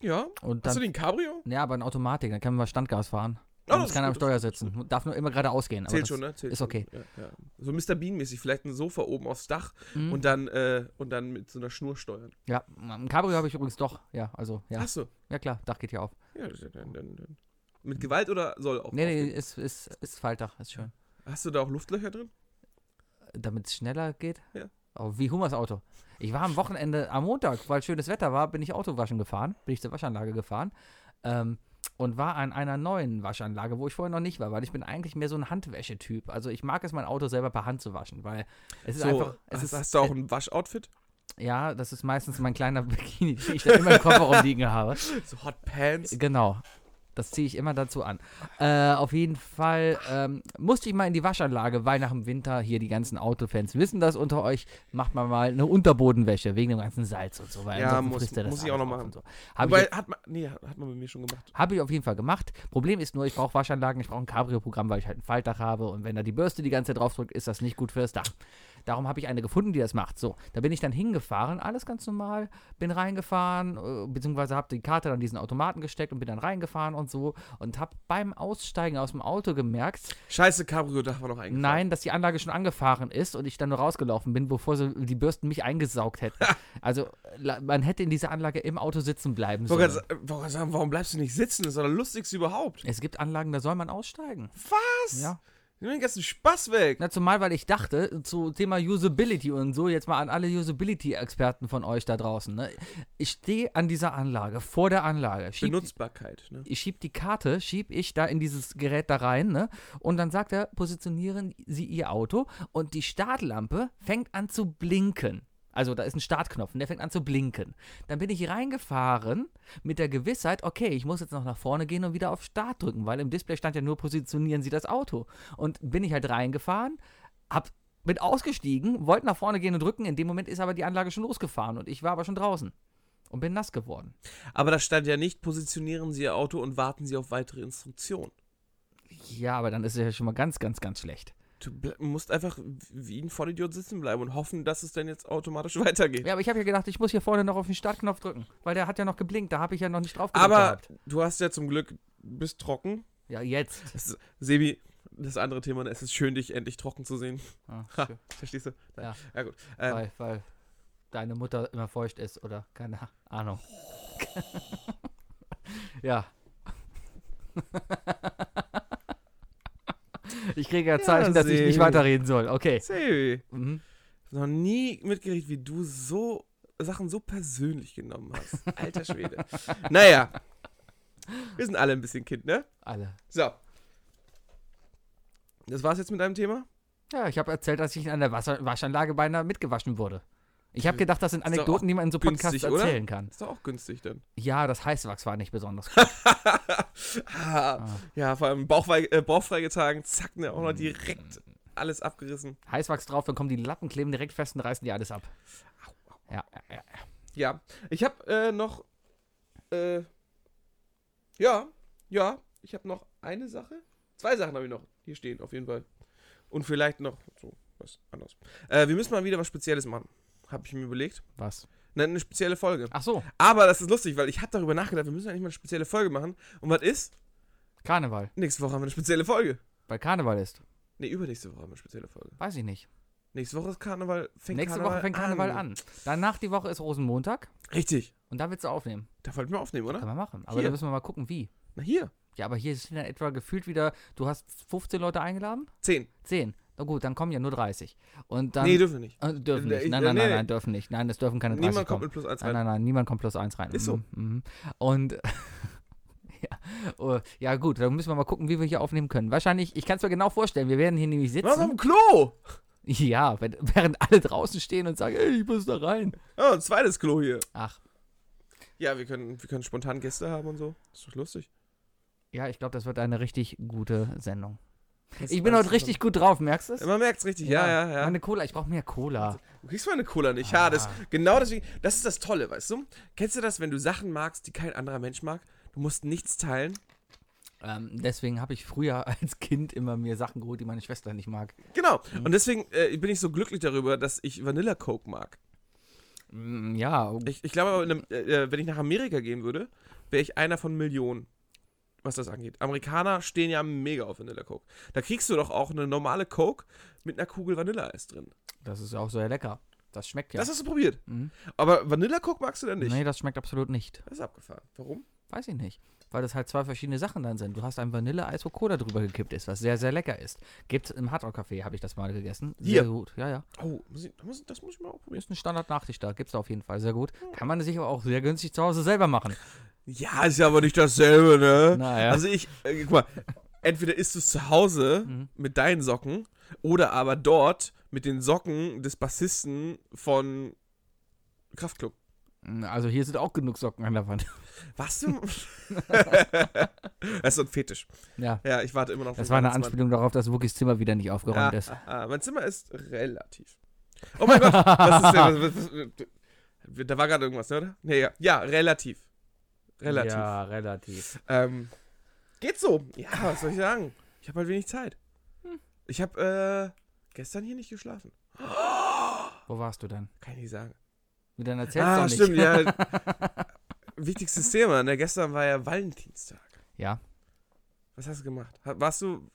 Ja. Und Hast du dann, den Cabrio? ja, aber in Automatik, dann können wir Standgas fahren. Oh, Man das muss ist keiner am gut, das Steuer sitzen. Darf nur immer geradeaus gehen. aber Zählt das- schon, ne? Zählt ist schon. okay. Ja, ja. So Mr. Bean-mäßig, vielleicht ein Sofa oben aufs Dach Mhm. und, dann, äh, und dann mit so einer Schnur steuern. Ja, ein Cabrio habe ich übrigens doch. Ja, also, ja. Achso. Ja, klar, Dach geht ja auf. Ja, dann, dann, dann. Mit Gewalt oder soll auch? Nee, nee, ist, ist, ist Faltdach, ist schön. Hast du da auch Luftlöcher drin? Damit es schneller geht? Ja. Oh, wie Hummers Auto. Ich war am Wochenende, am Montag, weil schönes Wetter war, bin ich Autowaschen gefahren, bin ich zur Waschanlage gefahren ähm, und war an einer neuen Waschanlage, wo ich vorher noch nicht war, weil ich bin eigentlich mehr so ein Handwäschetyp. Also ich mag es, mein Auto selber per Hand zu waschen, weil es ist so, einfach, es hast, ist, hast du auch ein Waschoutfit? ja, das ist meistens mein kleiner Bikini, den ich da immer im Kofferraum liegen habe. So Hot Pants? Genau. Das ziehe ich immer dazu an. Äh, auf jeden Fall ähm, musste ich mal in die Waschanlage, weil nach dem Winter hier die ganzen Autofans wissen das unter euch. Macht man mal eine Unterbodenwäsche wegen dem ganzen Salz und so. Weil Ja, ansonsten muss- frisst er das muss ich auch alles noch auf machen. und So. Habe ich, Wobei, hat man, nee, hat man bei mir schon gemacht. hab ich auf jeden Fall gemacht. Problem ist nur, ich brauche Waschanlagen, ich brauche ein Cabrio-Programm, weil ich halt ein Faltdach habe und wenn da die Bürste die ganze Zeit drauf drückt, ist das nicht gut fürs Dach. Darum habe ich eine gefunden, die das macht. So, da bin ich dann hingefahren, alles ganz normal, bin reingefahren, äh, beziehungsweise habe die Karte dann in diesen Automaten gesteckt und bin dann reingefahren und so und habe beim Aussteigen aus dem Auto gemerkt, Scheiße, Cabrio-Dach war noch eingefallen. nein, dass die Anlage schon angefahren ist und ich dann nur rausgelaufen bin, bevor sie die Bürsten mich eingesaugt hätten. also la- man hätte in dieser Anlage im Auto sitzen bleiben Ich wollte sollen. gerade sa- äh, wollte gerade sagen, warum bleibst du nicht sitzen? Das ist doch das Lustigste überhaupt. Es gibt Anlagen, da soll man aussteigen. Was? Ja. Nimm den ganzen Spaß weg. Na, zumal, weil ich dachte, zu Thema Usability und so, jetzt mal an alle Usability-Experten von euch da draußen. Ne? Ich stehe an dieser Anlage, vor der Anlage. Schieb, Benutzbarkeit. Ne? ich schieb die Karte, schieb ich da in dieses Gerät da rein, ne? Und dann sagt er, positionieren Sie Ihr Auto und die Startlampe fängt an zu blinken. Also da ist ein Startknopf und der fängt an zu blinken. Dann bin ich reingefahren mit der Gewissheit, okay, ich muss jetzt noch nach vorne gehen und wieder auf Start drücken, weil im Display stand ja nur, positionieren Sie das Auto. Und bin ich halt reingefahren, hab, bin ausgestiegen, wollte nach vorne gehen und drücken, in dem Moment ist aber die Anlage schon losgefahren und ich war aber schon draußen und bin nass geworden. Aber da stand ja nicht, positionieren Sie Ihr Auto und warten Sie auf weitere Instruktionen. Ja, aber dann ist es ja schon mal ganz, ganz, ganz schlecht. Du ble- musst einfach wie ein Vollidiot sitzen bleiben und hoffen, dass es dann jetzt automatisch weitergeht. Ja, aber ich habe ja gedacht, ich muss hier vorne noch auf den Startknopf drücken, weil der hat ja noch geblinkt, da habe ich ja noch nicht drauf gedrückt Aber gehabt. du hast ja zum Glück, bist trocken. Ja, jetzt. Es ist, Sebi, das andere Thema, es ist schön, dich endlich trocken zu sehen. Ah, Ha, schön. verstehst du? Ja. ja gut. Ähm, weil, weil deine Mutter immer feucht ist oder keine Ahnung. ja. ich kriege ja Zeichen, dass ich nicht Sebi. weiterreden soll. Okay. Sebi, Mhm. ich hab noch nie mitgekriegt, wie du so Sachen so persönlich genommen hast. Alter Schwede. naja. Wir sind alle ein bisschen Kind, ne? Alle. So. Das war's jetzt mit deinem Thema? Ja, ich habe erzählt, dass ich in einer Wasser Waschanlage beinahe mitgewaschen wurde. Ich habe gedacht, das sind Äh, doch auch Anekdoten, die man in so Podcasts günstig, oder? erzählen kann. Ist doch auch günstig dann. Ja, das Heißwachs war nicht besonders ah, ja, vor allem Bauchfrei, äh, Bauchfreigetagen, zack, ne, auch noch direkt alles abgerissen. Heißwachs drauf, dann kommen die Lappen, kleben direkt fest und reißen dir alles ab. Ja, ja, ja. Ja, ich habe äh, noch, äh, ja, ja, ich habe noch eine Sache, zwei Sachen habe ich noch hier stehen auf jeden Fall und vielleicht noch so was anderes. Äh, wir müssen mal wieder was Spezielles machen, habe ich mir überlegt, was? eine, eine spezielle Folge. Ach so, Aber das ist lustig, weil ich habe darüber nachgedacht, wir müssen eigentlich mal eine spezielle Folge machen. Und was ist? Karneval. Nächste Woche haben wir eine spezielle Folge. Weil Karneval ist. Ne, übernächste Woche haben wir eine spezielle Folge. Weiß ich nicht. Nächste Woche ist Karneval. Fängt Nächste Karneval Woche fängt Karneval an. Danach die Woche ist Rosenmontag Richtig. und da willst du aufnehmen. Da wollten wir aufnehmen, oder? Können wir machen. Aber Hier. da müssen wir mal gucken, wie. Na hier. Ja, aber hier sind ja etwa gefühlt wieder, du hast 15 Leute eingeladen? Zehn. 10. Na gut, dann kommen ja nur 30. Und dann. nee, dürfen wir nicht. äh, dürfen Nee, nicht. ich- Nein, nein, nee, nein, nee. nein, dürfen nicht. Nein, das dürfen keine 30 Niemand kommt kommen. mit plus eins Nein, rein. nein, nein, niemand kommt plus eins rein. Ist so. Mhm, Mhm. Und ja, oh, ja, gut, dann müssen wir mal gucken, wie wir hier aufnehmen können. Wahrscheinlich, ich kann es mir genau vorstellen, wir werden hier nämlich Was sitzen. am Klo? Ja, wenn, während alle draußen stehen und sagen, ey, ich muss da rein. Ah, ein zweites Klo hier. Ach, Ja, wir können, wir können spontan Gäste haben und so. Ist doch lustig. ja, ich glaube, das wird eine richtig gute Sendung. Das ich bin war's. heute richtig gut drauf, merkst du es? Man merkt's richtig, ja, ja, ja. Also Meine Ah. Cola, ich brauche mehr Cola. Du kriegst meine Cola nicht. Ja, das, genau deswegen. Das ist das Tolle, weißt du? Kennst du das, wenn du Sachen magst, die kein anderer Mensch mag? Du musst nichts teilen. Ähm, deswegen habe ich früher als Kind immer mir Sachen geholt, die meine Schwester nicht mag. Genau. Mhm. Und deswegen äh, bin ich so glücklich darüber, dass ich Vanilla Coke mag. Mm, Ja, Ich, ich glaube, aber in einem- äh, wenn ich nach Amerika gehen würde, wäre ich einer von Millionen, was das angeht. Amerikaner stehen ja mega auf Vanilla Coke. Da kriegst du doch auch eine normale Coke mit einer Kugel Vanilleeis drin. das ist ja auch sehr lecker. Das schmeckt ja. Das hast du probiert. Mhm. Aber Vanilla Coke magst du denn nicht? nee, das schmeckt absolut nicht. Das ist abgefahren. Warum? Weiß ich nicht. Weil das halt zwei verschiedene Sachen dann sind. Du hast ein Vanilleeis, wo Cola drüber gekippt ist, was sehr, sehr lecker ist. Gibt's im Hardrock Café, habe ich das mal gegessen. Hier. Sehr gut, ja, ja. Oh, muss ich, muss, das muss ich mal auch probieren. Ist ein Standardnachtisch da, gibt's da auf jeden Fall. Sehr gut. Kann man sich aber auch sehr günstig zu Hause selber machen. Ja, ist ja aber nicht dasselbe, ne? Naja. Also ich, äh, guck mal, entweder isst du es zu Hause Mhm. mit deinen Socken oder aber dort mit den Socken des Bassisten von Kraftklub. Also hier sind auch genug Socken an der Wand. Was du? das ist so ein Fetisch. Ja. Ja, ich warte immer noch. auf Das den war eine Weihnachtsmann. Anspielung darauf, dass Wookies Zimmer wieder nicht aufgeräumt ist. Ah, ah, mein Zimmer ist relativ. Oh mein Gott, was ist denn? Was, was, was, da war gerade irgendwas, ne, oder? Nee, ja. ja, relativ. Relativ. Ja, relativ. Ähm, geht so. Ja, was soll ich sagen? Ich habe halt wenig Zeit. Ich habe äh, gestern hier nicht geschlafen. Wo warst du denn? Kann ich nicht sagen. Mit deiner Zelt ah, doch nicht. stimmt, ja. Wichtigstes Thema, ne? Gestern war ja Valentinstag. Ja. Was hast du gemacht? Ha- Warst du.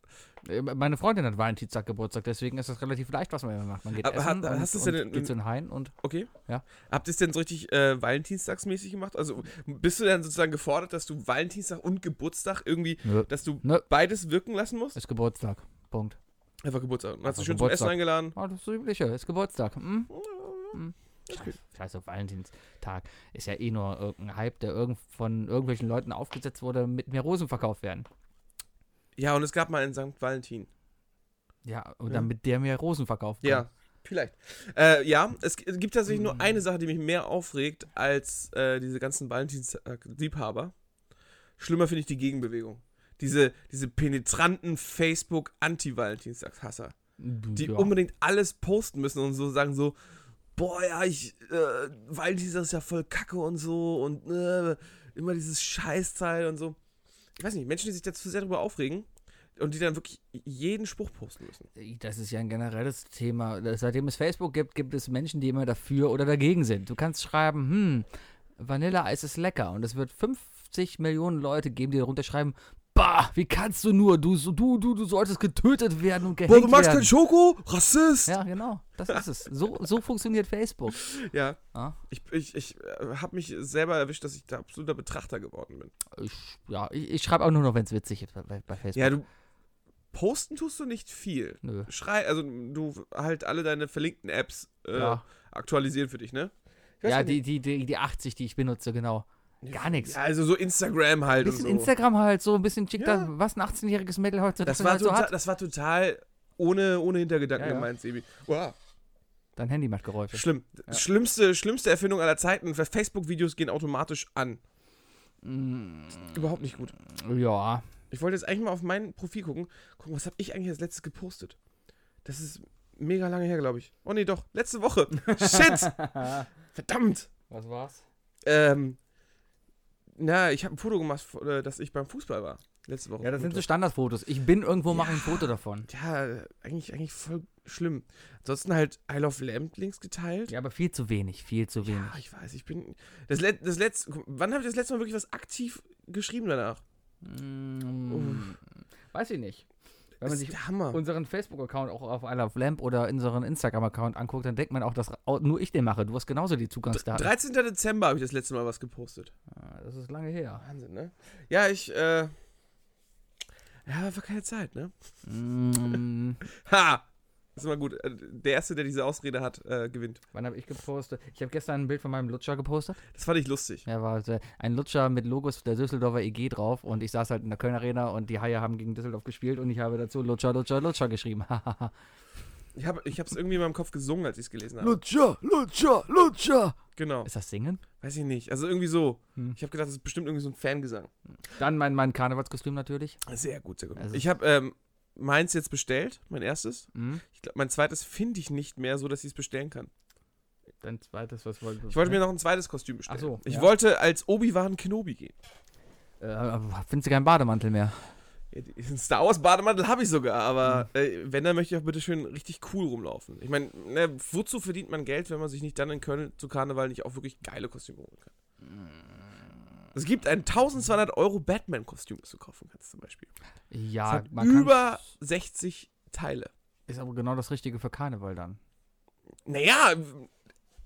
Äh, Meine Freundin hat Valentinstag Geburtstag, deswegen ist das relativ leicht, was man immer macht. Man geht Aber essen hat- und, hast du's und denn in- geht zu den Hain und Okay. Ja. Habt ihr es denn so richtig äh, Valentinstagsmäßig gemacht? Also bist du dann sozusagen gefordert, dass du Valentinstag und Geburtstag irgendwie, Nö. dass du Nö. beides wirken lassen musst? ist Geburtstag. Punkt. Einfach Geburtstag. Hast Einfach du schön zum Geburtstag. Essen eingeladen? Oh, das ist das Übliche, ist Geburtstag. Hm? Hm. Okay. Scheiß- Scheiße, Valentinstag ist ja eh nur irgendein Hype, der irgend von irgendwelchen Leuten aufgesetzt wurde, mit mehr Rosen verkauft werden. Ja, und es gab mal einen St. Valentin. Ja, und Ja. damit der mehr Rosen verkauft werden. Ja, vielleicht. Äh, ja, es g- gibt tatsächlich Mm. nur eine Sache, die mich mehr aufregt als äh, diese ganzen Valentinstag-Liebhaber. Schlimmer finde ich die Gegenbewegung. Diese, diese penetranten Facebook-Anti-Valentinstags-Hasser, die um- ja. unbedingt alles posten müssen und so sagen so, boah, ja, ich, äh, Valentinstag ist ja voll kacke und so und äh, immer dieses Scheißteil und so. Ich weiß nicht, Menschen, die sich dazu sehr darüber aufregen und die dann wirklich jeden Spruch posten müssen. Das ist ja ein generelles Thema. Seitdem es Facebook gibt, gibt es Menschen, die immer dafür oder dagegen sind. Du kannst schreiben, hm, Vanilleeis ist lecker. Und es wird 50 Millionen Leute geben, die darunter schreiben, bah, wie kannst du nur? Du, so- du, du, du solltest getötet werden und gehängt Boah, du magst werden. keinen Schoko? Rassist! ja, genau. Das ist es. So, so funktioniert Facebook. Ja. Ah. Ich, ich, ich habe mich selber erwischt, dass ich da absoluter Betrachter geworden bin. Ich, ja, ich, ich schreibe auch nur noch, wenn es witzig ist bei, bei Facebook. Ja, du. Posten tust du nicht viel. Nö. Schrei, also du halt alle deine verlinkten Apps äh, Ja, aktualisieren für dich, ne? Ich weiß ja gar die, nicht. die, die, die 80, die ich benutze, genau. Gar nichts. Ja, also so Instagram Ein halt und bisschen so. Instagram halt, so ein bisschen schick, Ja. da, was ein 18-jähriges Mädel heute das, war halt so total, hat. das war total ohne, ohne Hintergedanken Ja, ja. gemeint, Sebi. Wow, Dein Handy macht Geräusche. schlimm. Schlimmste, schlimmste Erfindung aller Zeiten. Facebook-Videos gehen automatisch an. Überhaupt nicht gut. Mm, Ja, Ich wollte jetzt eigentlich mal auf mein Profil gucken. Gucken, was habe ich eigentlich als letztes gepostet? Das ist mega lange her, glaube ich. Oh nee, doch, letzte Woche. Shit! Verdammt! was war's? Ähm, na, ich habe ein Foto gemacht, äh, dass ich beim Fußball war. Letzte Woche. Ja, das sind so Standardfotos. Ich bin irgendwo, mache ein Foto davon. Ja, eigentlich, eigentlich voll schlimm. Ansonsten halt I Love Lamb links geteilt. Ja, aber viel zu wenig, viel zu wenig. Ja, ich weiß, ich bin. Das, Let das letzte. guck, Wann habe ich das letzte Mal wirklich was aktiv geschrieben danach? Mm, Weiß ich nicht. Das Wenn man ist sich der Hammer. unseren Facebook-Account auch auf I Love Lamp oder unseren Instagram-Account anguckt, dann denkt man auch, dass au- nur ich den mache. Du hast genauso die Zugangsdaten. 13. Dezember habe ich das letzte Mal was gepostet. Ah, Das ist lange her. Wahnsinn, ne? Ja, ich, äh. Ja, war keine Zeit, ne? Mm, Ha! Das ist immer gut. Äh, Der Erste, der diese Ausrede hat, äh, gewinnt. wann habe ich gepostet? Ich habe gestern ein Bild von meinem Lutscher gepostet. Das fand ich lustig. Ja, war sehr- ein Lutscher mit Logos der Düsseldorfer EG drauf und ich saß halt in der Köln Arena und die Haie haben gegen Düsseldorf gespielt und ich habe dazu Lutscher, Lutscher, Lutscher geschrieben. Ich habe ich hab's irgendwie in meinem Kopf gesungen, als ich es gelesen habe. Lutscher, Lutscher, Lutscher. Genau. Ist das Singen? Weiß ich nicht. Also irgendwie so. Hm. Ich habe gedacht, das ist bestimmt irgendwie so ein Fangesang. Dann mein, mein Karnevalskostüm natürlich. Sehr gut, sehr gut. Also- ich habe ähm, meins jetzt bestellt, mein erstes. Mhm. Ich glaub, mein zweites finde ich nicht mehr, so dass ich es bestellen kann. Dein zweites, was wolltest du? Ich wollte mir noch ein zweites Kostüm bestellen. Ach so, Ich ja. wollte als Obi-Wan Kenobi gehen. Äh, findest du keinen Bademantel mehr? Ja, die- den Star Wars Bademantel habe ich sogar, aber Mhm. äh, wenn, dann möchte ich auch bitte schön richtig cool rumlaufen. Ich meine, ne, wozu verdient man Geld, wenn man sich nicht dann in Köln zu Karneval nicht auch wirklich geile Kostüme holen kann? Es gibt ein 1200 Euro Batman-Kostüm, das du kaufen kannst zum Beispiel. Es Ja, hat Ah, man kann- über 60 Teile. Ist aber genau das Richtige für Karneval dann. Naja,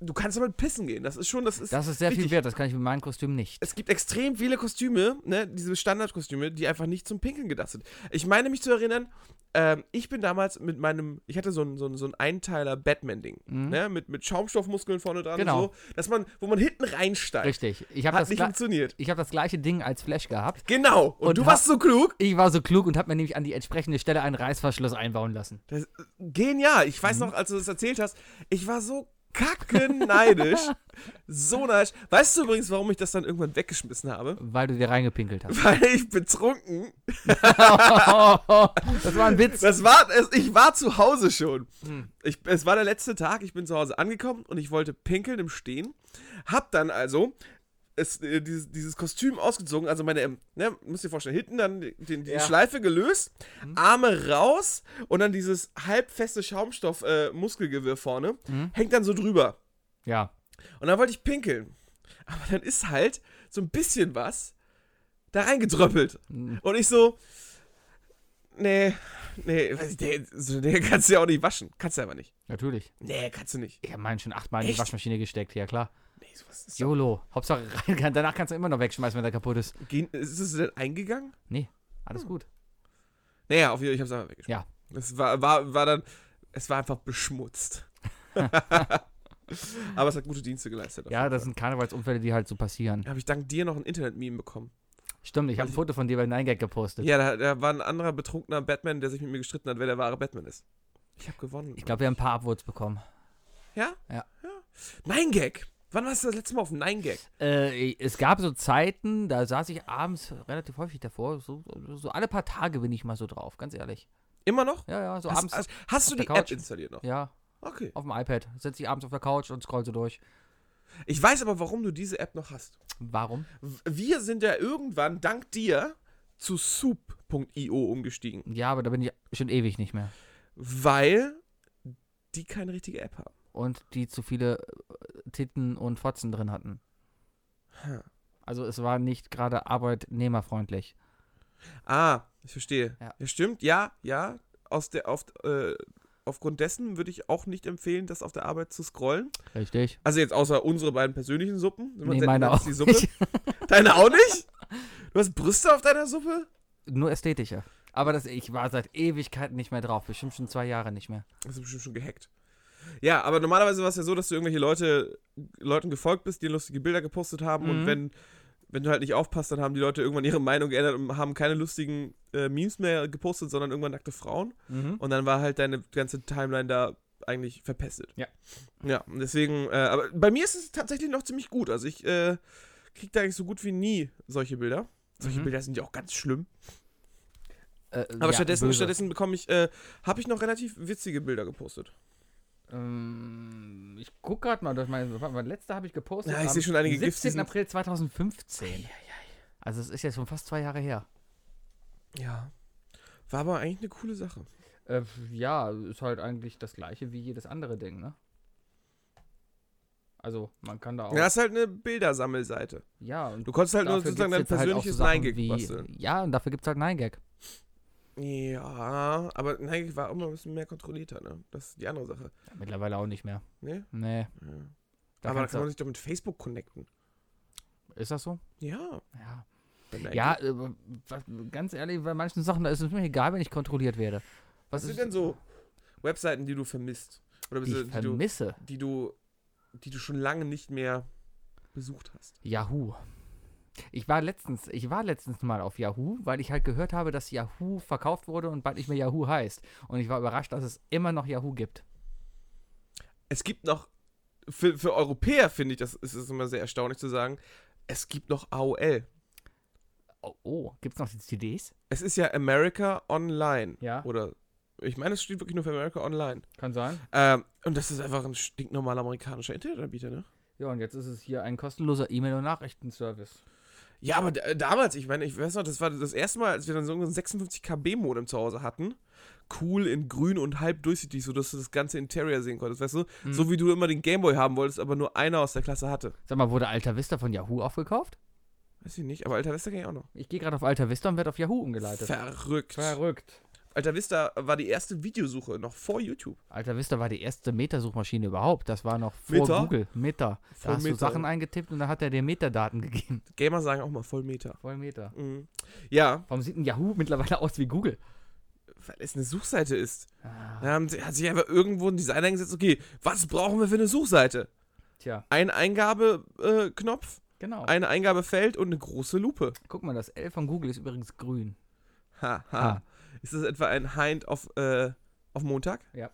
du kannst damit pissen gehen. Das ist schon, das ist. Das ist sehr richtig. viel wert, das kann ich mit meinem Kostüm nicht. es gibt extrem viele Kostüme, ne, diese Standardkostüme, die einfach nicht zum Pinkeln gedacht sind. Ich meine mich zu erinnern, ähm, ich bin damals mit meinem, ich hatte so ein, so ein, so ein Einteiler Batman-Ding, Mhm. ne, mit, mit Schaumstoffmuskeln vorne dran, Genau. und so, dass man, wo man hinten reinsteigt. Richtig. Ich habe Hat das, nicht gla- funktioniert. ich hab das gleiche Ding als Flash gehabt. Genau. Und, Und du ha- warst so klug. Ich war so klug und habe mir nämlich an die entsprechende Stelle einen Reißverschluss einbauen lassen. Das, genial. Ich Mhm. weiß noch, als du das erzählt hast, ich war so kackeneidisch. so neidisch. Weißt du übrigens, warum ich das dann irgendwann weggeschmissen habe? Weil du dir reingepinkelt hast. Weil ich betrunken das war ein Witz. Das war, es, ich war zu Hause schon. Ich, es war der letzte Tag, ich bin zu Hause angekommen und ich wollte pinkeln im Stehen. Hab dann also äh, es, äh, dieses, dieses Kostüm ausgezogen, also meine, ähm, ne, müsst ihr vorstellen, hinten dann die, die, die Ja. Schleife gelöst, Mhm. Arme raus und dann dieses halbfeste Schaumstoff-Muskelgewirr vorne, Mhm. hängt dann so drüber. Ja. Und dann wollte ich pinkeln. Aber dann ist halt so ein bisschen was da reingedröppelt. Mhm. Und ich so, nee, nee, weiß ich, nee, so, nee, kannst du ja auch nicht waschen. Kannst du einfach nicht. Natürlich. Nee, kannst du nicht. Ich habe meinen schon achtmal in die Echt? Waschmaschine gesteckt, ja klar. Nee, sowas ist doch, YOLO. Hauptsache rein kann. Danach kannst du immer noch wegschmeißen, wenn der kaputt ist. Gehen- ist es denn eingegangen? Alles Hm. gut. Naja, auf jeden Fall, ich hab's einfach weggeschmissen. Ja. Es war, war, war dann, es war einfach beschmutzt. Aber es hat gute Dienste geleistet. auf Ja, jeden das Fall. sind Karnevalsunfälle, die halt so passieren. Habe ich dank dir noch ein Internet-Meme bekommen. Stimmt, ich Weil habe ein ich- Foto von dir bei Nein Gag gepostet. Ja, da, da war ein anderer betrunkener Batman, der sich mit mir gestritten hat, wer der wahre Batman ist. Ich habe gewonnen. Ich glaube, wir haben ein paar Upvotes bekommen. Ja? Ja. Nein Gag. Wann warst du das letzte Mal auf Nein Gag? Äh, es gab so Zeiten, da saß ich abends relativ häufig davor. So, so alle paar Tage bin ich mal so drauf, ganz ehrlich. Immer noch? Ja, ja, so hast, abends. hast, hast du der die App Couch. installiert noch? ja, Okay. auf dem iPad. Setze ich abends auf der Couch und scroll so durch. Ich weiß aber, warum du diese App noch hast. Warum? W- Wir sind ja irgendwann dank dir zu soup.io umgestiegen, Ja, aber da bin ich schon ewig nicht mehr. weil die keine richtige App haben. Und die zu viele äh, Titten und Fotzen drin hatten. Hm. Also es war nicht gerade arbeitnehmerfreundlich. Ah, ich verstehe. Ja, Ja. stimmt. Ja, ja. Aus der, auf, äh, aufgrund dessen würde ich auch nicht empfehlen, das auf der Arbeit zu scrollen. Richtig. Also jetzt außer unsere beiden persönlichen Suppen. Wenn man Nee, sagt, meine das auch ist Die Suppe. nicht. Deine auch nicht? Du hast Brüste auf deiner Suppe? Nur ästhetischer. Aber das, ich war seit Ewigkeiten nicht mehr drauf. Bestimmt schon zwei Jahre nicht mehr. Das ist bestimmt schon gehackt. Ja, aber normalerweise war es ja so, dass du irgendwelche Leute, Leuten gefolgt bist, die lustige Bilder gepostet haben und Mhm. wenn, wenn du halt nicht aufpasst, dann haben die Leute irgendwann ihre Meinung geändert und haben keine lustigen äh, Memes mehr gepostet, sondern irgendwann nackte Frauen. Und dann war halt deine ganze Timeline da eigentlich verpestet. Ja. Ja, und deswegen, äh, aber bei mir ist es tatsächlich noch ziemlich gut. Also ich äh, krieg da eigentlich so gut wie nie solche Bilder. Solche Mhm. Bilder sind ja auch ganz schlimm. Äh, Aber ja, stattdessen, böse. stattdessen bekomme ich, äh, habe ich noch relativ witzige Bilder gepostet. Ähm, ich guck gerade mal durch mein, warte mal, letzte habe ich gepostet. Ja, ich am sehe schon einige Gifts, die 17. sind- April 2015. Also es ist jetzt schon fast zwei Jahre her. Ja. War aber eigentlich eine coole Sache. Äh, ja, ist halt eigentlich das gleiche wie jedes andere Ding, ne? Also, man kann da auch. Ja, ist halt eine Bildersammelseite. ja, und Du konntest halt nur dafür sozusagen dein gibt's jetzt halt auch persönliches Sachen Nein-Gag wie- basteln. Ja, und dafür gibt es halt Nein-Gag. Ja, aber Nein-Gag war immer ein bisschen mehr kontrollierter, ne? Das ist die andere Sache. Ja, mittlerweile auch nicht mehr. Ne? Nee. Ja. Da aber da kannst kann man du, sich doch mit Facebook connecten. ist das so? Ja. Ja. bei Nein-Gag. Ja, äh, was- ganz ehrlich, bei manchen Sachen, da ist es mir egal, wenn ich kontrolliert werde. Was sind denn so Webseiten, die du vermisst? Oder Die die, ich die, du, vermisse. die du, die du schon lange nicht mehr besucht hast? Yahoo. Ich war letztens, ich war letztens mal auf Yahoo, weil ich halt gehört habe, dass Yahoo verkauft wurde und bald nicht mehr Yahoo heißt. Und ich war überrascht, dass es immer noch Yahoo gibt. es gibt noch, für, für Europäer finde ich, das ist, ist immer sehr erstaunlich zu sagen, es gibt noch AOL. Oh, oh gibt es noch die CDs? Es ist ja America Online. Ja, Oder, ich meine, es steht wirklich nur für America Online. kann sein. Ähm, und das ist einfach ein stinknormaler amerikanischer Internetanbieter, ne? Ja, und jetzt ist es hier ein kostenloser E-Mail- und Nachrichtenservice. Ja, aber d- äh, damals, ich meine, ich weiß noch, das war das erste Mal, als wir dann so einen 56 KB-Modem zu Hause hatten. Cool in grün und halb durchsichtig, sodass du das ganze Interior sehen konntest, weißt du? Mhm. So wie du immer den Gameboy haben wolltest, aber nur einer aus der Klasse hatte. Sag mal, wurde Alta Vista von Yahoo aufgekauft? Weiß ich nicht, aber Alta Vista ging auch noch. Ich gehe gerade auf Alta Vista und werde auf Yahoo umgeleitet. Verrückt. Verrückt. Alta Vista war die erste Videosuche, noch vor YouTube. Alta Vista war die erste Metasuchmaschine überhaupt. Das war noch vor Meta? Google. Meta. Da Voll hast du Meta. Sachen eingetippt und dann hat er dir Metadaten gegeben. Gamer sagen auch mal voll Meta. Voll Meta. Mhm. Ja, Warum sieht ein Yahoo mittlerweile aus wie Google? weil es eine Suchseite ist. Da haben sie- hat sich einfach irgendwo ein Designer gesetzt, okay, was brauchen wir für eine Suchseite? Tja, Ein Eingabeknopf, äh, Knopf, genau. ein Eingabefeld und eine große Lupe. Guck mal, das L von Google ist übrigens grün. Haha. Ha. Ist das etwa ein Hind auf, äh, auf Montag? Ja.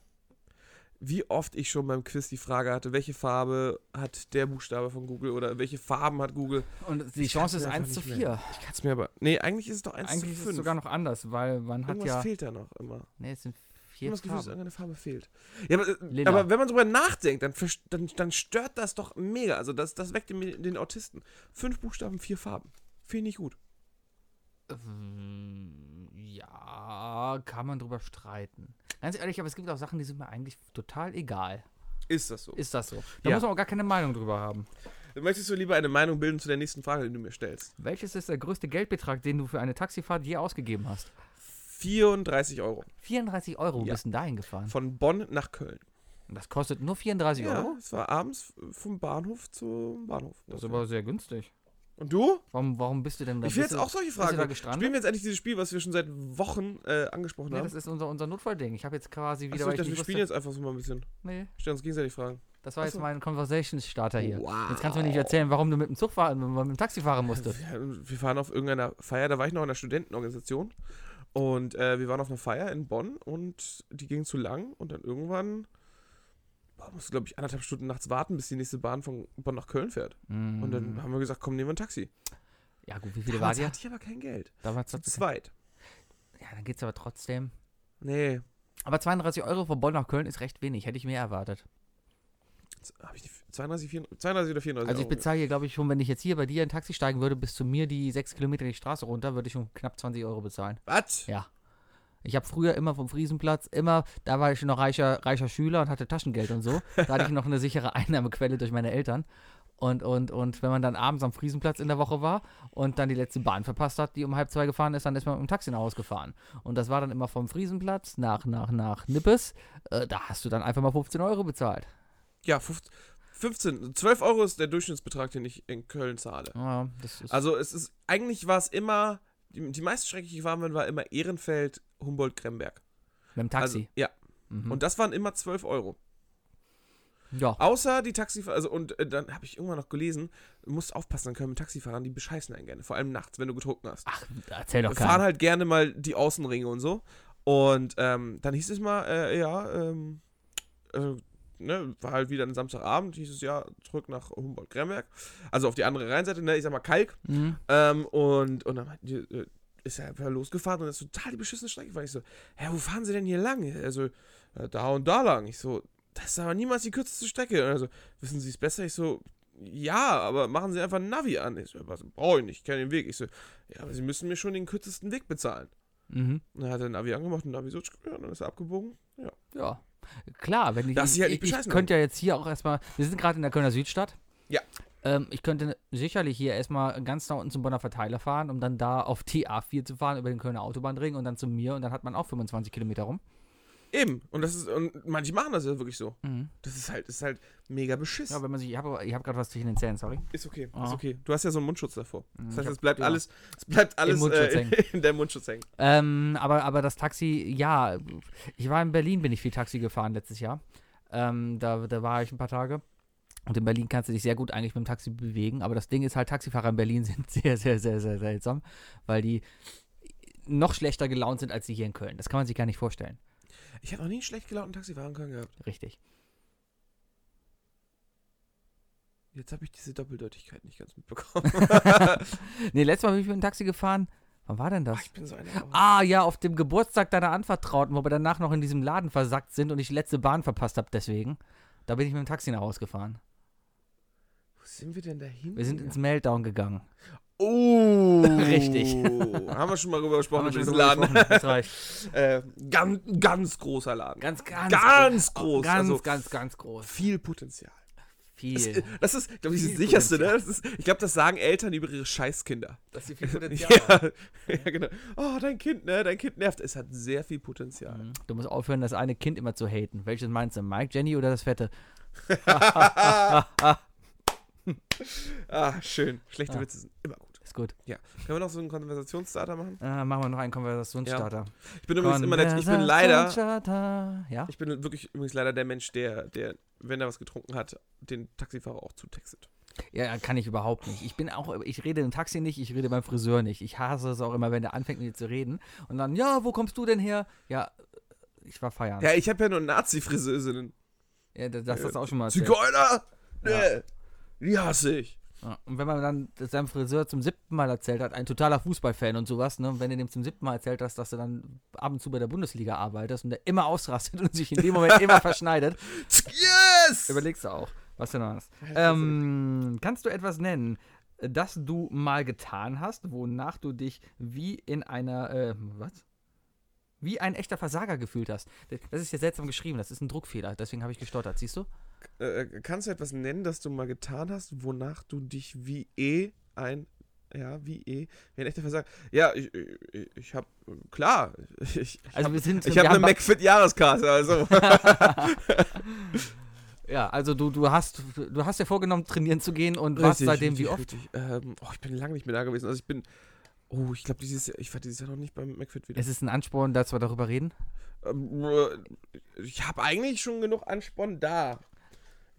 Wie oft ich schon beim Quiz die Frage hatte, welche Farbe hat der Buchstabe von Google oder welche Farben hat Google? Und die Ich Chance kann's ist mir 1 zu einfach nicht 4. Ich kann es mir aber. Nee, eigentlich ist es doch 1 Eigentlich zu ist 5. es sogar noch anders, weil man hat Irgendwas ja. fehlt da noch immer. Nee, es sind Ich hab jetzt das Gefühl, dass Farbe. irgendeine Farbe fehlt. Ja, aber, äh, Lila. aber wenn man drüber nachdenkt, dann, verst- dann, dann stört das doch mega. Also das, das weckt den, den Autisten. Fünf Buchstaben, vier Farben. Finde ich gut. Ähm, Ja, kann man drüber streiten. Ganz ehrlich, aber es gibt auch Sachen, die sind mir eigentlich total egal. Ist das so? Ist das so? Da Ja. muss man auch gar keine Meinung drüber haben. Möchtest du lieber eine Meinung bilden zu der nächsten Frage, die du mir stellst? Welches ist der größte Geldbetrag, den du für eine Taxifahrt je ausgegeben hast? 34 Euro. 34 Euro Ja. bist du dahin gefahren. Von Bonn nach Köln. Und Das kostet nur 34 Ja, Euro? es war abends vom Bahnhof zum Bahnhof. Das ist aber sehr günstig. Und du? Warum, warum bist du denn da? Ich will bist jetzt du- auch solche du da Fragen. gestrandet? Spielen wir jetzt endlich dieses Spiel, was wir schon seit Wochen äh, angesprochen Nee, haben. das ist unser, unser Notfallding. Ich habe jetzt quasi wieder. Achso, weil ich ich dachte, wir nicht spielen wusste- jetzt einfach so mal ein bisschen. Nee, Stellen uns gegenseitig Fragen. das war Ach jetzt so. mein Conversations-Starter hier. Wow. Jetzt kannst du mir nicht erzählen, warum du mit dem Zug fahren, mit dem Taxi fahren musstest. Wir, wir waren auf irgendeiner Feier, da war ich noch in der Studentenorganisation. Und äh, wir waren auf einer Feier in Bonn und die ging zu lang. Und dann irgendwann boah, musst du, glaube ich, anderthalb Stunden nachts warten, bis die nächste Bahn von Bonn nach Köln fährt. Mhm. Und dann haben wir gesagt, komm, nehmen wir ein Taxi. ja, gut, wie viele war Damals dir? hatte ich aber kein Geld. Damals Zu hat's- zweit. Ja, dann geht's aber trotzdem. Nee, Aber 32 Euro von Bonn nach Köln ist recht wenig. Hätte ich mehr erwartet. habe ich die 32, 34, 32 oder 34 Also ich Euro? bezahle hier, glaube ich, schon, wenn ich jetzt hier bei dir in ein Taxi steigen würde, bis zu mir die sechs Kilometer die Straße runter, würde ich schon knapp 20 Euro bezahlen. Was? Ja. Ich habe früher immer vom Friesenplatz, immer, da war ich noch reicher, reicher Schüler und hatte Taschengeld und so. Da hatte ich noch eine sichere Einnahmequelle durch meine Eltern. Und, und, und wenn man dann abends am Friesenplatz in der Woche war und dann die letzte Bahn verpasst hat, die um halb zwei gefahren ist, dann ist man mit dem Taxi nach Hause gefahren. Und das war dann immer vom Friesenplatz nach, nach, nach Nippes. Äh, da hast du dann einfach mal 15 Euro bezahlt. Ja, 15, 15. 12 Euro ist der Durchschnittsbetrag, den ich in Köln zahle. Ja, das ist Also es ist, eigentlich war es immer, die, die meist schreckliche waren wir, war immer Ehrenfeld, Humboldt, Kremberg. mit dem Also, Taxi. ja, mhm. und das waren immer 12 Euro. ja. Außer die Taxifahrer, also und äh, dann habe ich irgendwann noch gelesen, du musst aufpassen, dann können Taxifahrer, die bescheißen einen gerne, vor allem nachts, wenn du getrunken hast. Ach, erzähl doch Wir fahren keinen. halt gerne mal die Außenringe und so. Und ähm, dann hieß es mal, äh, ja, ähm, äh, ne, war halt wieder ein Samstagabend, hieß es ja, zurück nach Humboldt-Gremberg, also auf die andere Rheinseite, ne, ich sag mal Kalk. Mhm. Ähm, und, und dann meinten die, äh, ist er einfach losgefahren und das ist total die beschissene Strecke. Weil ich so, hä, wo fahren sie denn hier lang? Also, äh, da und da lang. Ich so, das ist aber niemals die kürzeste Strecke. Und er so, wissen Sie es besser? Ich so, ja, aber machen Sie einfach ein Navi an. Ich so, was brauche ich nicht, ich kenne den Weg. Ich so, ja, aber Sie müssen mir schon den kürzesten Weg bezahlen. Mhm. Und dann hat er den Navi angemacht und Navi so, ja, und dann ist er abgebogen. Ja. Ja. Klar, wenn ich, Dass sie halt nicht ich, ich bescheißen könnte ja jetzt hier auch erstmal, wir sind gerade in der Kölner Südstadt. Ja. Ähm, ich könnte sicherlich hier erstmal ganz nach unten zum Bonner Verteiler fahren, um dann da auf TA4 zu fahren, über den Kölner Autobahnring und dann zu mir und dann hat man auch 25 Kilometer rum. Eben. Und das ist, und manche machen das ja wirklich so. Mhm. Das ist halt, ist halt mega beschiss. Ja, wenn man sich, ich habe ich hab gerade was zwischen den Zähnen, sorry. Ist okay, Ah. ist okay. Du hast ja so einen Mundschutz davor. ich Das heißt, hab- es bleibt ja. alles, es bleibt alles Mundschutz äh, hängen. in deinem Mundschutz hängen. Ähm, aber, aber das Taxi, ja, ich war in Berlin, bin ich viel Taxi gefahren letztes Jahr. Ähm, da, da war ich ein paar Tage. Und in Berlin kannst du dich sehr gut eigentlich mit dem Taxi bewegen. Aber das Ding ist halt, Taxifahrer in Berlin sind sehr, sehr, sehr, sehr seltsam, weil die noch schlechter gelaunt sind als die hier in Köln. Das kann man sich gar nicht vorstellen. Ich habe noch nie einen schlecht gelaunten Taxifahrer in Köln gehabt. Richtig. Jetzt habe ich diese Doppeldeutigkeit nicht ganz mitbekommen. nee, letztes Mal bin ich mit dem Taxi gefahren. Wann war denn das? Ach, ich bin so ein Lauer. Ah ja, auf dem Geburtstag deiner Anvertrauten, wo wir danach noch in diesem Laden versackt sind und ich letzte Bahn verpasst habe deswegen. Da bin ich mit dem Taxi nach Hause gefahren. Wo sind wir denn dahin? Wir sind ins Meltdown gegangen. Oh! Richtig. Haben wir schon mal drüber gesprochen über Haben wir diesen schon Laden. drüber gesprochen, Das reicht. äh, ganz, ganz großer Laden. Ganz, ganz, Ganz gro- groß, Ganz, also- ganz, ganz groß. Viel Potenzial. Viel. Das ist, glaube ich, das Viel sicherste, ne? Das ist, ich glaube, das sagen Eltern über ihre Scheißkinder. Dass sie viel Ja. Potenzial ja, genau. Oh, dein Kind, ne? Dein Kind nervt. Es hat sehr viel Potenzial. Du musst aufhören, das eine Kind immer zu haten. Welches meinst du, Mike, Jenny oder das Fette? Ah, schön. Schlechte Ah. Witze sind immer gut. Ist gut. Ja. Können wir noch so einen Konversationsstarter machen? Äh, machen wir noch einen Konversationsstarter. Ich bin übrigens immer der, ich bin leider, Konversationsstarter. Ja? ich bin wirklich übrigens leider der Mensch, der, der, wenn er was getrunken hat, den Taxifahrer auch zutextet. ja, kann ich überhaupt nicht. Ich bin auch, ich rede im Taxi nicht, ich rede beim Friseur nicht. Ich hasse es auch immer, wenn der anfängt mit mir zu reden. Und dann, ja, wo kommst du denn her? Ja, ich war feiern. Ja, ich habe ja nur Nazi-Friseusinnen. Ja, das, das hast du auch schon mal erzählt. Zigeuner? Nee. Die hasse ich. Ja, und wenn man dann das seinem Friseur zum siebten Mal erzählt hat, ein totaler Fußballfan und sowas, ne? Und wenn du dem zum siebten Mal erzählt hast, dass du dann ab und zu bei der Bundesliga arbeitest und der immer ausrastet und sich in dem Moment immer verschneidet, Yes! überlegst du auch, was du noch hast. Ähm, kannst du etwas nennen, das du mal getan hast, wonach du dich wie in einer, äh, was? Wie ein echter Versager gefühlt hast. Das ist ja seltsam geschrieben, das ist ein Druckfehler, deswegen habe ich gestottert, siehst du? Äh, kannst du etwas nennen, das du mal getan hast, wonach du dich wie eh ein. Ja, wie eh. Wie ein echter Versager. Ja, ich, ich, ich hab. Klar. Ich, Also wir sind ich wir hab eine haben- McFit-Jahreskarte, also. Ja, also du, du hast du hast ja vorgenommen, trainieren zu gehen und warst seitdem wie oft? Richtig. Ähm, oh, ich bin lange nicht mehr da gewesen. Also ich bin. Oh, ich glaube, dieses Jahr, ich war dieses Jahr noch nicht beim McFit wieder. Es ist ein Ansporn, dass wir darüber reden. Ähm, äh, ich habe eigentlich schon genug Ansporn da.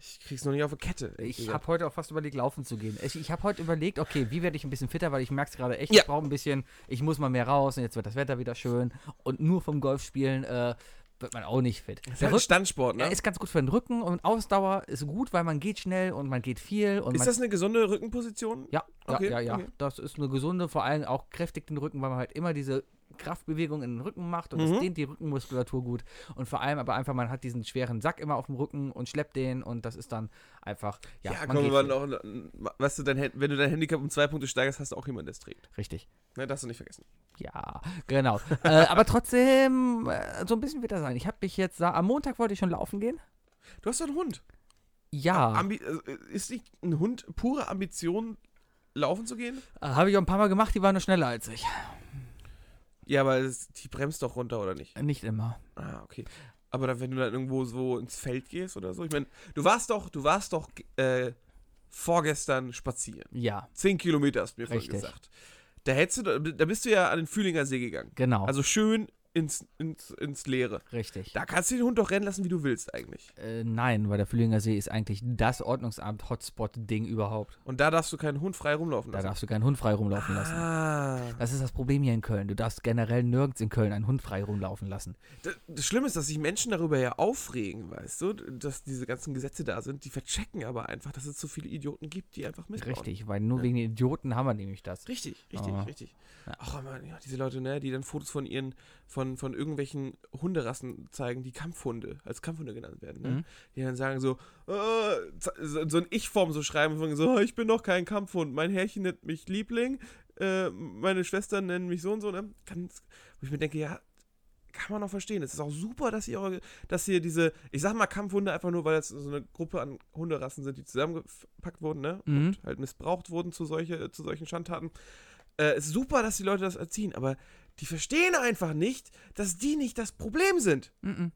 Ich krieg's noch nicht auf die Kette. ehrlich Ich gesagt. habe heute auch fast überlegt, laufen zu gehen. Ich, ich habe heute überlegt, okay, wie werde ich ein bisschen fitter, weil ich merke es gerade echt, Ja. ich brauche ein bisschen, ich muss mal mehr raus und jetzt wird das Wetter wieder schön. Und nur vom Golf spielen äh, wird man auch nicht fit. Das ist Der halt ein Rücken, Standsport, ne? er ist ganz gut für den Rücken und Ausdauer ist gut, weil man geht schnell und man geht viel. Und Ist halt man, das eine gesunde Rückenposition? Ja, ja, Okay, ja, ja. okay. Das ist eine gesunde, vor allem auch kräftig den Rücken, weil man halt immer diese Kraftbewegung in den Rücken macht und Mhm. das dehnt die Rückenmuskulatur gut. Und vor allem aber einfach, man hat diesen schweren Sack immer auf dem Rücken und schleppt den und das ist dann einfach, ja, Ja, man komm, geht aber viel. noch, weißt du, dein, Hand- wenn du dein Handicap um zwei Punkte steigerst, hast du auch jemanden, der es trägt. Richtig. Ne, darfst du nicht vergessen. Ja, genau. äh, aber trotzdem, äh, so ein bisschen wird das sein. Ich habe mich jetzt, da, am Montag wollte ich schon laufen gehen. Du hast doch einen Hund. Ja, Ambi äh, ist nicht ein Hund pure Ambition, laufen zu gehen? äh, habe ich auch ein paar Mal gemacht, die waren nur schneller als ich. Ja, aber es, die bremst doch runter, oder nicht? Äh, Nicht immer. Ah, okay. Aber dann, wenn du dann irgendwo so ins Feld gehst oder so, ich meine, du warst doch, du warst doch äh, vorgestern spazieren. Ja, Zehn Kilometer hast du mir vorhin Richtig. gesagt. Da hättest du, da bist du ja an den Fühlinger See gegangen. genau. Also schön ins, ins, ins Leere. richtig. Da kannst du den Hund doch rennen lassen, wie du willst eigentlich. Äh, nein, weil der Fühlinger See ist eigentlich das Ordnungsamt-Hotspot-Ding überhaupt. Und da darfst du keinen Hund frei rumlaufen Da lassen. darfst du keinen Hund frei rumlaufen lassen. Also Ah. Das ist das Problem hier in Köln. Du darfst generell nirgends in Köln einen Hund frei rumlaufen lassen. D- Das Schlimme ist, dass sich Menschen darüber ja aufregen, weißt du, dass diese ganzen Gesetze da sind. Die verchecken aber einfach, dass es so viele Idioten gibt, die einfach missbrauchen. Richtig, weil nur wegen den Idioten haben wir nämlich das. Richtig, richtig, Ah. richtig. Ja. Ach man, ja, diese Leute, ne, die dann Fotos von ihren, von, von irgendwelchen Hunderassen zeigen, die Kampfhunde, als Kampfhunde genannt werden, ne? Mhm. Die dann sagen so, äh, z- so, so in Ich-Form so schreiben, von so, ich bin doch kein Kampfhund, mein Herrchen nennt mich Liebling, äh, meine Schwestern nennen mich so und so, ne? Ganz, wo ich mir denke, ja, kann man auch verstehen. Es ist auch super, dass ihr eure, dass ihr diese, ich sag mal Kampfhunde einfach nur, weil das so eine Gruppe an Hunderassen sind, die zusammengepackt wurden, ne? Mhm. halt missbraucht wurden zu, solche, zu solchen Schandtaten. Äh, ist super, dass die Leute das erziehen, aber die verstehen einfach nicht, dass die nicht das Problem sind. Mhm.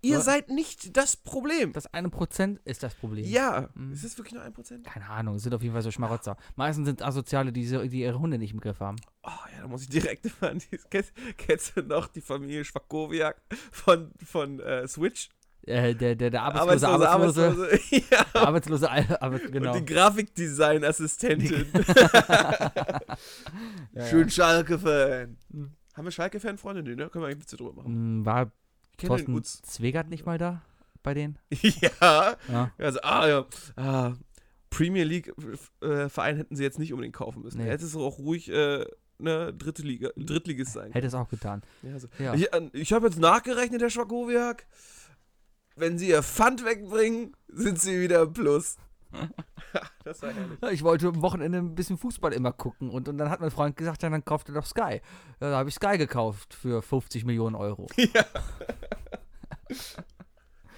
Ihr Ja. seid nicht das Problem. Das eine Prozent ist das Problem. ja, Mhm. ist das wirklich nur ein Prozent? Keine Ahnung, es sind auf jeden Fall so Schmarotzer. Meistens sind es Asoziale, die, so- die ihre Hunde nicht im Griff haben. Oh ja, da muss ich direkt immer an die. Kennst, kennst du noch die Familie Spakowiak von, von äh, Switch? Äh, der, der, der Arbeitslose, Arbeitslose, Arbeitslose, Arbeitslose. Ja. Arbeitslose, Ar- Arbeit, genau. Und die Grafikdesign-Assistentin. Ja, ja. Schön Schalke-Fan. Mhm. Haben wir Schalke-Fan-Freunde? Nee, ne? Können wir eigentlich Witze drüber machen. Mm, War Ich kenne den Thorsten Utz. Zwegert nicht mal da bei denen? ja, Ja. Also, ah ja, ah, Premier League-Verein hätten sie jetzt nicht unbedingt kaufen müssen. Nee. Hätte es auch ruhig äh, ne, dritte Liga, Drittligist sein können. Hätte es auch getan. Ja, so. Ja. Ich, äh, ich habe jetzt nachgerechnet, Herr Schwakowiak. Wenn sie ihr Pfand wegbringen, sind sie wieder im Plus. das war herrlich. Ja, ich wollte am Wochenende ein bisschen Fußball immer gucken und, und dann hat mein Freund gesagt, ja, dann kauft er doch Sky. Ja, da habe ich Sky gekauft für 50 Millionen Euro. Ja.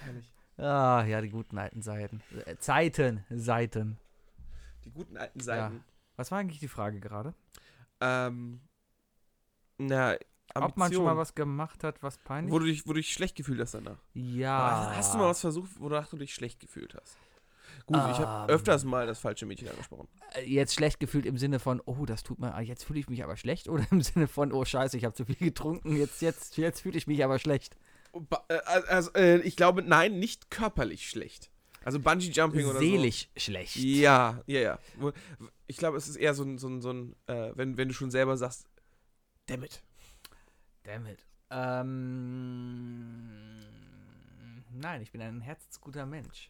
herrlich. Ah, ja, die guten alten Seiten. Äh, Zeiten, Seiten. Die guten alten Seiten. Was war eigentlich die Frage gerade? Ähm, na, Ambition. Ob man schon mal was gemacht hat, was peinlich wo, du dich, wo du dich schlecht gefühlt hast danach. Ja. Hast du mal was versucht, wonach du dich schlecht gefühlt hast? Gut, ich habe Ähm. öfters mal das falsche Mädchen angesprochen. Äh, Jetzt schlecht gefühlt im Sinne von, oh, das tut mir, ah, jetzt fühle ich mich aber schlecht oder im Sinne von, oh, scheiße, ich habe zu viel getrunken, jetzt, jetzt, jetzt fühle ich mich aber schlecht. Ba- äh, Also, äh, ich glaube, nein, nicht körperlich schlecht. Also Bungee Jumping oder Seelisch so. schlecht. Ja, ja, ja. Wo- Ich glaube, es ist eher so ein, so ein, so ein äh, wenn, wenn du schon selber sagst, damn it. Damn it. Ähm, nein, ich bin ein herzensguter Mensch.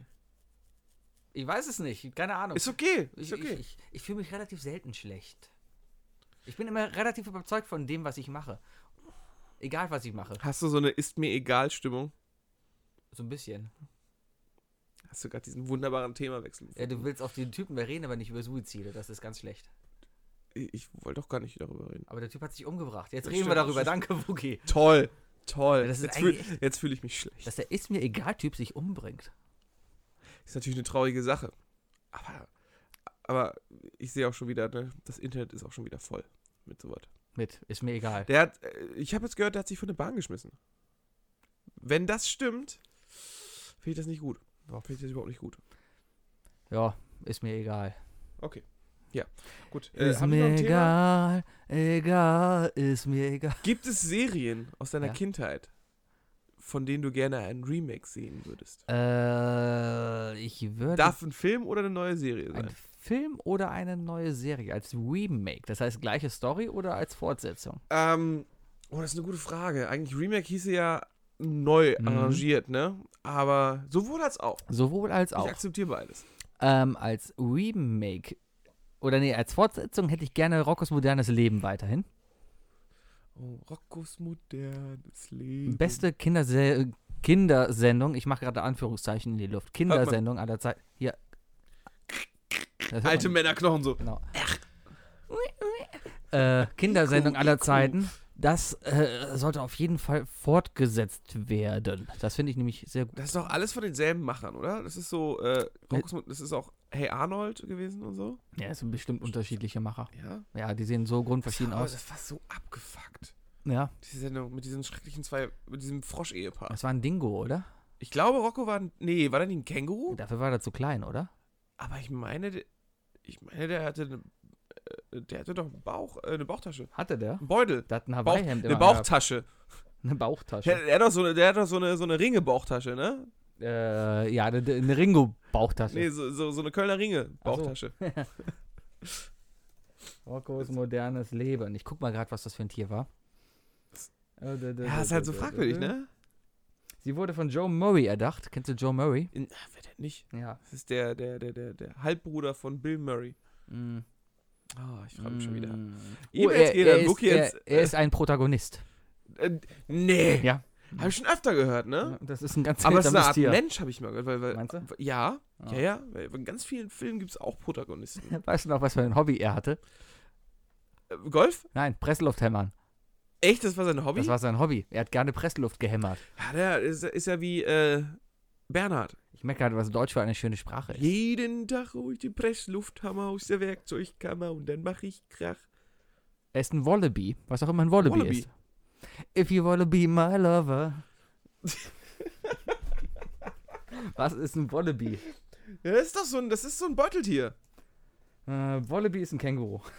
Ich weiß es nicht, keine Ahnung. Ist okay, ich ist okay. ich, ich, ich fühle mich relativ selten schlecht. Ich bin immer relativ überzeugt von dem, was ich mache. Egal, was ich mache. Hast du so eine Ist mir egal Stimmung? So ein bisschen. Hast du gerade diesen wunderbaren Themawechsel? Ja, du willst auf den Typen, wir reden aber nicht über Suizide. Das ist ganz schlecht. Ich, ich wollte doch gar nicht darüber reden. Aber der Typ hat sich umgebracht. Jetzt Das reden wir stimmt, darüber. das Danke, Wookie. Toll, toll. das ist jetzt fühle eigentlich fühl ich mich schlecht. Dass der ist mir egal Typ sich umbringt. Ist natürlich eine traurige Sache. Aber, aber ich sehe auch schon wieder, ne, das Internet ist auch schon wieder voll mit sowas. Mit. Ist mir egal. Der hat, äh, ich habe jetzt gehört, der hat sich von der Bahn geschmissen. Wenn das stimmt, finde ich das nicht gut. Finde ich das überhaupt nicht gut. Ja, ist mir egal. Okay. Ja, gut. Äh, ist haben wir mir noch ein Thema? egal. Egal. Ist mir egal. Gibt es Serien aus deiner Ja. Kindheit, von denen du gerne einen Remake sehen würdest? Äh, ich würde. Darf ein Film oder eine neue Serie Ein sein? Film oder eine neue Serie als Remake, das heißt gleiche Story oder als Fortsetzung? Ähm, oh, das ist eine gute Frage. Eigentlich Remake hieße ja neu Mhm. arrangiert, ne? Aber sowohl als auch. Sowohl als auch. Ich akzeptiere beides. Ähm, als Remake oder nee, als Fortsetzung hätte ich gerne Rockos modernes Leben weiterhin. Oh, Roccos modernes Leben. Beste Kinderse Kindersendung, ich mache gerade Anführungszeichen in die Luft. man. Kindersendung aller Zeit. Hier. Das hört Alte man Männerknochen so. Genau. Äh, Kindersendung Iku, aller Iku. Zeiten. Das äh, sollte auf jeden Fall fortgesetzt werden. Das finde ich nämlich sehr gut. Das ist doch alles von denselben Machern, oder? Das ist so, äh, Rockos, das ist auch Hey Arnold gewesen und so. Ja, das sind bestimmt unterschiedliche Macher. Ja. Ja, die sehen so grundverschieden Aber aus. Das war so abgefuckt. Ja, Diese Sendung mit diesen schrecklichen zwei, mit diesem Frosch-Ehepaar. das war ein Dingo, oder? Ich glaube, Rocco war, ein- nee, war der nicht ein Känguru? Dafür war er zu klein, oder? Aber ich meine, der- ich meine, der hatte, eine, äh, der hatte doch einen Bauch, äh, eine Bauchtasche. Hatte der? Ein Beutel. Der hat ein Bauch, Hawaii-Hemd eine immer angehabt. Bauchtasche. Eine Bauchtasche. Der, der hat doch so eine, der hat doch so eine, so eine Ringe-Bauchtasche, ne? Äh, ja, eine, eine Ringo-Bauchtasche. Nee, so, so, so eine Kölner Ringe-Bauchtasche. Roccos modernes Leben. Ich guck mal gerade, was das für ein Tier war. Ja, Ja, ist halt so fragwürdig, ne? Sie wurde von Joe Murray erdacht. Kennst du Joe Murray? In, ah, wer denn nicht? Ja. Das ist der, der, der, der, der Halbbruder von Bill Murray. Ah, ich freue mich schon wieder. Mm. Oh, E-Mails er, gehen er, an ist, Wookie er, jetzt, er ist ein Protagonist. Äh, nee. Ja. Habe ich schon öfter gehört, ne? Das ist ein ganz Aber es ist eine seltsames Art Tier. Mensch, habe ich mal gehört. Weil, weil, Meinst du? Ja, ja, Ah. ja. Weil in ganz vielen Filmen gibt es auch Protagonisten. Weißt du noch, was für ein Hobby er hatte? äh, Golf? Nein, Pressluft hämmern. Echt? Das war sein Hobby? Das war sein Hobby. Er hat gerne Pressluft gehämmert. ja, der ist, ist ja wie äh, Bernhard. Ich merke gerade, was Deutsch für eine schöne Sprache ist. Jeden Tag hol ich den Presslufthammer aus der Werkzeugkammer und dann mache ich Krach. Er ist ein Wallaby, was auch immer ein Wallaby, Wallaby. ist. If you wanna be my lover. was ist ein Wallaby? Ja, das ist doch so ein, das ist so ein Beuteltier. Äh, Wallaby ist ein Känguru.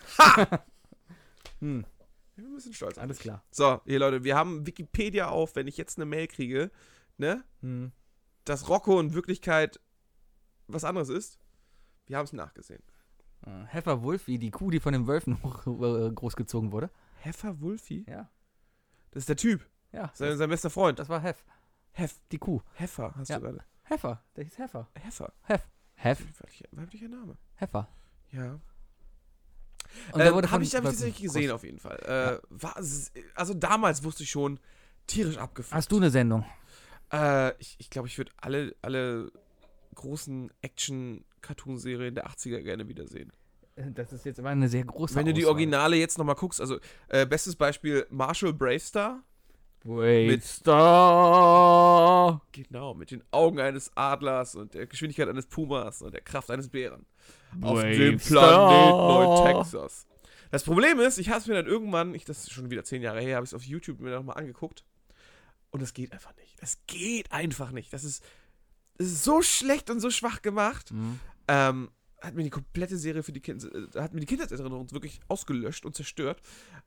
hm, Ich bin ein bisschen stolz. alles klar. So, hier Leute, wir haben Wikipedia auf, wenn ich jetzt eine Mail kriege, ne? Hm. dass Rocco in Wirklichkeit was anderes ist. Wir haben es nachgesehen. Äh, Heifer Wolfie, die Kuh, die von den Wölfen hoch, äh, großgezogen wurde. Heffer Wulfi? Ja. Das ist der Typ, Ja. sein, Das, sein bester Freund. das war Hef. Hef, Die Kuh. Heffer hast Ja. du gerade. Heifer. Der hieß Heifer. Heffer. Hef. Weiblicher, weiblicher Name. Heifer. Ja. Und ähm, der wurde Habe von ich, hab ich Wölfen tatsächlich gesehen, auf jeden Fall. Äh, war, s- also damals wusste ich schon, tierisch groß- abgefahren. Hast du eine Sendung? Äh, ich ich glaube, ich würde alle, alle großen Action-Cartoon-Serien der 80er gerne wiedersehen. Äh, Das ist jetzt aber eine sehr große Wenn du die Originale jetzt nochmal guckst, also äh, bestes Beispiel Marshall Bravestar. Wait, Mit- Star. Genau, mit den Augen eines Adlers und der Geschwindigkeit eines Pumas und der Kraft eines Bären. Auf Brave dem Star. Planet Neu-Texas. Das Problem ist, ich habe es mir dann irgendwann, ich, das ist schon wieder zehn Jahre her, habe ich es auf YouTube mir nochmal angeguckt. Und es geht einfach nicht. Es geht einfach nicht. Das ist, das ist so schlecht und so schwach gemacht. Mhm. Ähm, hat mir die komplette Serie für die Kinder, äh, hat mir die Kindheitserinnerung wirklich ausgelöscht und zerstört.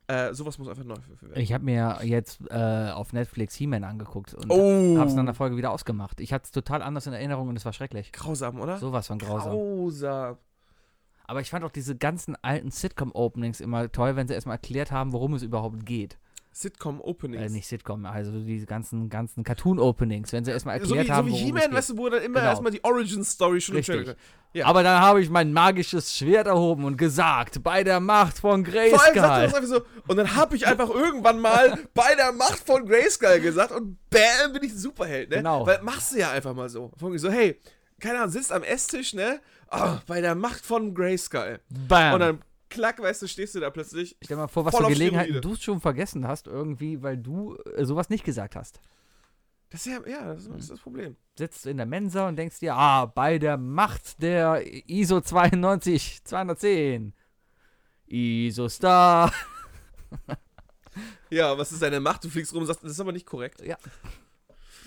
Äh, sowas muss einfach neu für werden. Ich habe mir jetzt äh, auf Netflix He-Man angeguckt und Oh! habe es nach einer Folge wieder ausgemacht. Ich hatte es total anders in Erinnerung und es war schrecklich. grausam, oder? Sowas von grausam. grausam. Aber ich fand auch diese ganzen alten Sitcom-Openings immer toll, wenn sie erstmal erklärt haben, worum es überhaupt geht. Sitcom-Openings. Äh, nicht Sitcom, also diese ganzen, ganzen Cartoon-Openings, wenn sie erstmal so erklärt wie, so haben, wie worum He-Man, es weißt geht. du, wo dann immer Genau. erstmal die Origin-Story schon Richtig. im Trailer ja. Aber dann habe ich mein magisches Schwert erhoben und gesagt, bei der Macht von Vor allem sagt er Grayskull. das einfach so. Und dann habe ich einfach irgendwann mal bei der Macht von Grayskull gesagt und bam, bin ich ein Superheld, ne? Genau. Weil machst du ja einfach mal so. Von wegen so, hey, keine Ahnung, sitzt am Esstisch, ne? Ah, bei der Macht von Grayskull. Bam. Und dann klack, weißt du, stehst du da plötzlich. Stell dir mal vor, was Voll für auf Gelegenheiten Steroide. du schon vergessen hast, irgendwie, weil du äh, sowas nicht gesagt hast. Das ist ja, ja, das ist das Problem. Sitzt in der Mensa und denkst dir, ah, bei der Macht der ISO 92, 210. ISO Star. Ja, was ist deine Macht? Du fliegst rum und sagst, das ist aber nicht korrekt. Ja.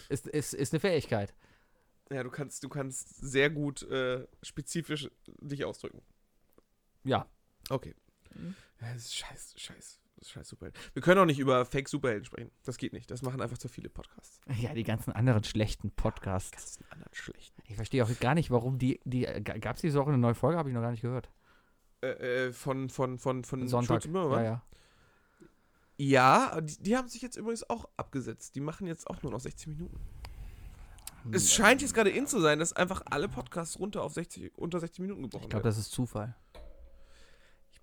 Ist, ist, ist eine Fähigkeit. Ja, du kannst, du kannst sehr gut äh, spezifisch dich ausdrücken. Ja. Okay. Mhm. Ja, das ist scheiß, scheiß, scheiß Superhelden. Wir können auch nicht über Fake-Superhelden sprechen. Das geht nicht. Das machen einfach zu viele Podcasts. Ja, die ganzen anderen schlechten Podcasts. ganzen anderen schlechten. Ich verstehe auch gar nicht, warum die. die Gab es diese Woche eine neue Folge? Habe ich noch gar nicht gehört. Äh, äh, von, von, von, von Sonntag. Schulz und Böhmermann. Ja, ja. Ja, aber die, die haben sich jetzt übrigens auch abgesetzt. Die machen jetzt auch nur noch 16 Minuten. Hm. Es scheint jetzt gerade in zu sein, dass einfach alle Podcasts runter auf 60, unter 60 Minuten gebrochen Ich glaube, werden. das ist Zufall.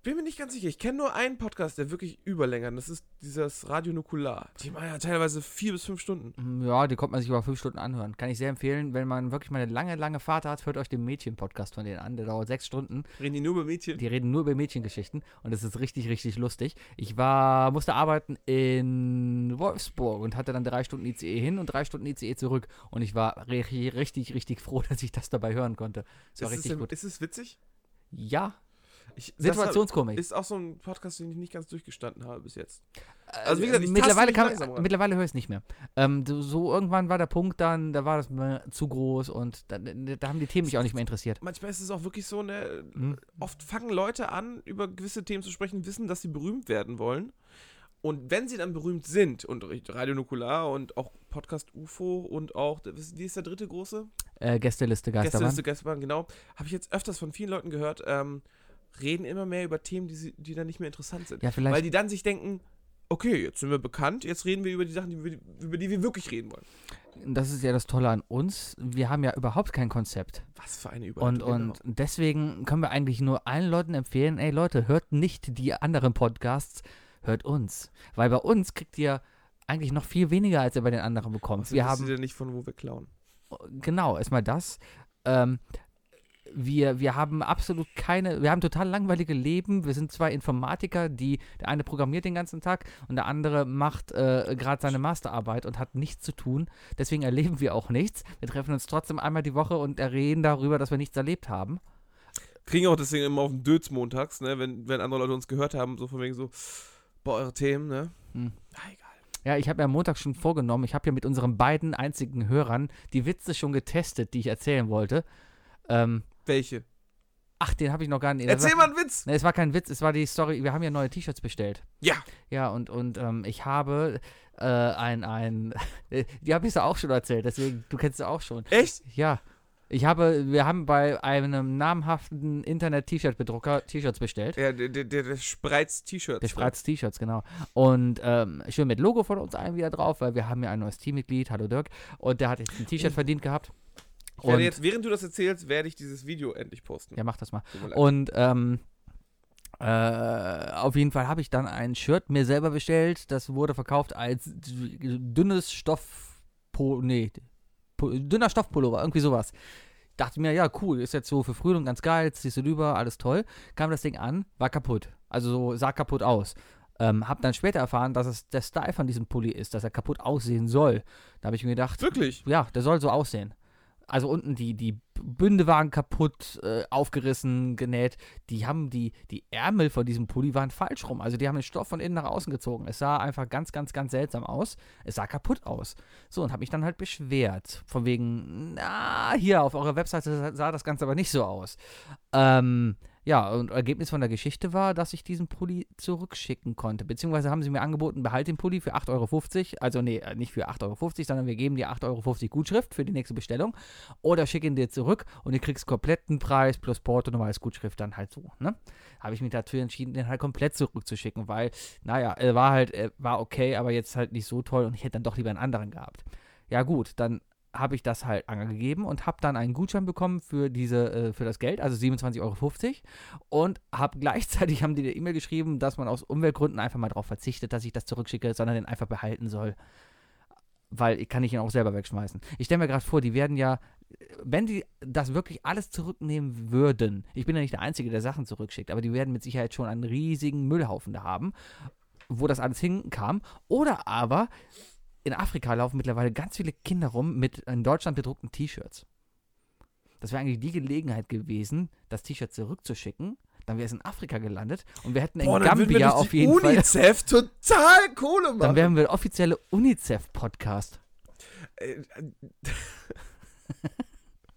Ich bin mir nicht ganz sicher. Ich kenne nur einen Podcast, der wirklich überlängert. Das ist dieses Radio Nukular. Die machen ja teilweise vier bis fünf Stunden. Mm, Ja, die kommt man sich über fünf Stunden anhören. Kann ich sehr empfehlen, wenn man wirklich mal eine lange, lange Fahrt hat, hört euch den Mädchen-Podcast von denen an. Der dauert sechs Stunden. Reden die nur über Mädchen? Die reden nur über Mädchengeschichten und es ist richtig, richtig lustig. Ich war, musste arbeiten in Wolfsburg und hatte dann drei Stunden ICE hin und drei Stunden ICE zurück. Und ich war richtig, richtig, richtig froh, dass ich das dabei hören konnte. Es war ist, richtig es, gut. ist es witzig? Ja, Ich, das Situationskomik. Ist auch so ein Podcast, den ich nicht ganz durchgestanden habe bis jetzt. Also wie gesagt, ich taste mittlerweile, mich kann, langsam ran. mittlerweile höre ich es nicht mehr. Ähm, so, so irgendwann war der Punkt dann, da war das mir zu groß und da, da haben die Themen mich auch nicht mehr interessiert. Manchmal ist es auch wirklich so, ne, Mhm. oft fangen Leute an, über gewisse Themen zu sprechen, wissen, dass sie berühmt werden wollen. Und wenn sie dann berühmt sind, und Radio Nukular und auch Podcast UFO und auch, was- wie ist der dritte große? Äh, Gästeliste Geisterbahn. Gästeliste Geisterbahn, genau. Habe ich jetzt öfters von vielen Leuten gehört, ähm, reden immer mehr über Themen, die, sie, die dann nicht mehr interessant sind. Ja, Weil vielleicht. die dann sich denken, okay, jetzt sind wir bekannt, jetzt reden wir über die Sachen, die, wir- über die wir wirklich reden wollen. Das ist ja das Tolle an uns. Wir haben ja überhaupt kein Konzept. Was für eine Und, Überleitung. und deswegen können wir eigentlich nur allen Leuten empfehlen, ey Leute, hört nicht die anderen Podcasts, hört uns. Weil bei uns kriegt ihr eigentlich noch viel weniger, als ihr bei den anderen bekommt. Wir haben ja nicht, von wo wir klauen. genau, erstmal das. Ähm, wir, wir haben absolut keine, wir haben total langweilige Leben. Wir sind zwei Informatiker, die, der eine programmiert den ganzen Tag und der andere macht äh, gerade seine Masterarbeit und hat nichts zu tun. Deswegen erleben wir auch nichts. Wir treffen uns trotzdem einmal die Woche und reden darüber, dass wir nichts erlebt haben. Kriegen auch deswegen immer auf den Dötz montags, ne? Wenn, wenn andere Leute uns gehört haben, so von wegen so, boah, eure Themen, ne? Hm. Na, egal. Ja, ich habe ja am Montag schon vorgenommen, ich habe ja mit unseren beiden einzigen Hörern die Witze schon getestet, die ich erzählen wollte. Ähm, Welche? ach, den habe ich noch gar nicht. Erzähl mal einen Witz! Ne, es war kein Witz, es war die Story, wir haben ja neue T-Shirts bestellt. Ja. Ja, und, und ähm, ich habe äh, ein, ein, die habe ich ja auch schon erzählt, deswegen, du kennst sie auch schon. Echt? Ja, ich habe, wir haben bei einem namhaften Internet-T-Shirt-Bedrucker T-Shirts bestellt. Ja, der, der, der, der spreizt T-Shirts. Der spreizt T-Shirts, genau. Und ähm, schön mit Logo von uns allen wieder drauf, weil wir haben ja ein neues Teammitglied, hallo Dirk, und der hat jetzt ein T-Shirt verdient gehabt. Ich werde Und- jetzt, während du das erzählst, werde ich dieses Video endlich posten. Ja, mach das mal. Tut mir leid. Und ähm, äh, auf jeden Fall habe ich dann ein Shirt mir selber bestellt. Das wurde verkauft als dünnes Stoff. Po, nee, po, dünner Stoffpullover, irgendwie sowas. Dachte mir, ja, cool, ist jetzt so für Frühling ganz geil, jetzt ziehst du drüber, alles toll. Kam das Ding an, war kaputt. Also so, sah kaputt aus. Ähm, hab dann später erfahren, dass es der Style von diesem Pulli ist, dass er kaputt aussehen soll. Da habe ich mir gedacht, Wirklich? ja, der soll so aussehen. Also unten die, die Bünde waren kaputt, äh, aufgerissen, genäht. Die haben die, die Ärmel von diesem Pulli waren falsch rum. Also die haben den Stoff von innen nach außen gezogen. Es sah einfach ganz, ganz, ganz seltsam aus. Es sah kaputt aus. So, und habe mich dann halt beschwert. Von wegen, na, hier, auf eurer Webseite sah das Ganze aber nicht so aus. Ähm, Ja, und Ergebnis von der Geschichte war, dass ich diesen Pulli zurückschicken konnte. Beziehungsweise haben sie mir angeboten, behalt den Pulli für 8,50 Euro. Also, nee, äh, nicht für 8,50 Euro, sondern wir geben dir 8,50 Euro Gutschrift für die nächste Bestellung. Oder schick ihn dir zurück und du kriegst kompletten Preis plus Porto und als Gutschrift dann halt so. Ne? Habe ich mich dafür entschieden, den halt komplett zurückzuschicken, weil, naja, er war halt, er war okay, aber jetzt halt nicht so toll und ich hätte dann doch lieber einen anderen gehabt. Ja, gut, dann habe ich das halt angegeben und habe dann einen Gutschein bekommen für diese äh, für das Geld, also 27,50 Euro und habe gleichzeitig haben die eine E-Mail geschrieben, dass man aus Umweltgründen einfach mal darauf verzichtet, dass ich das zurückschicke, sondern den einfach behalten soll, weil ich kann ich ihn auch selber wegschmeißen. Ich stelle mir gerade vor, die werden ja, wenn die das wirklich alles zurücknehmen würden, ich bin ja nicht der Einzige, der Sachen zurückschickt, aber die werden mit Sicherheit schon einen riesigen Müllhaufen da haben, wo das alles hinkam, oder aber in Afrika laufen mittlerweile ganz viele Kinder rum mit in Deutschland bedruckten T-Shirts. Das wäre eigentlich die Gelegenheit gewesen, das T-Shirt zurückzuschicken. Dann wäre es in Afrika gelandet und wir hätten in Boah, dann würden wir Gambia durch auf die jeden Fall. UNICEF total Kohle Dann machen. wären wir der offizielle UNICEF-Podcast. Äh, äh,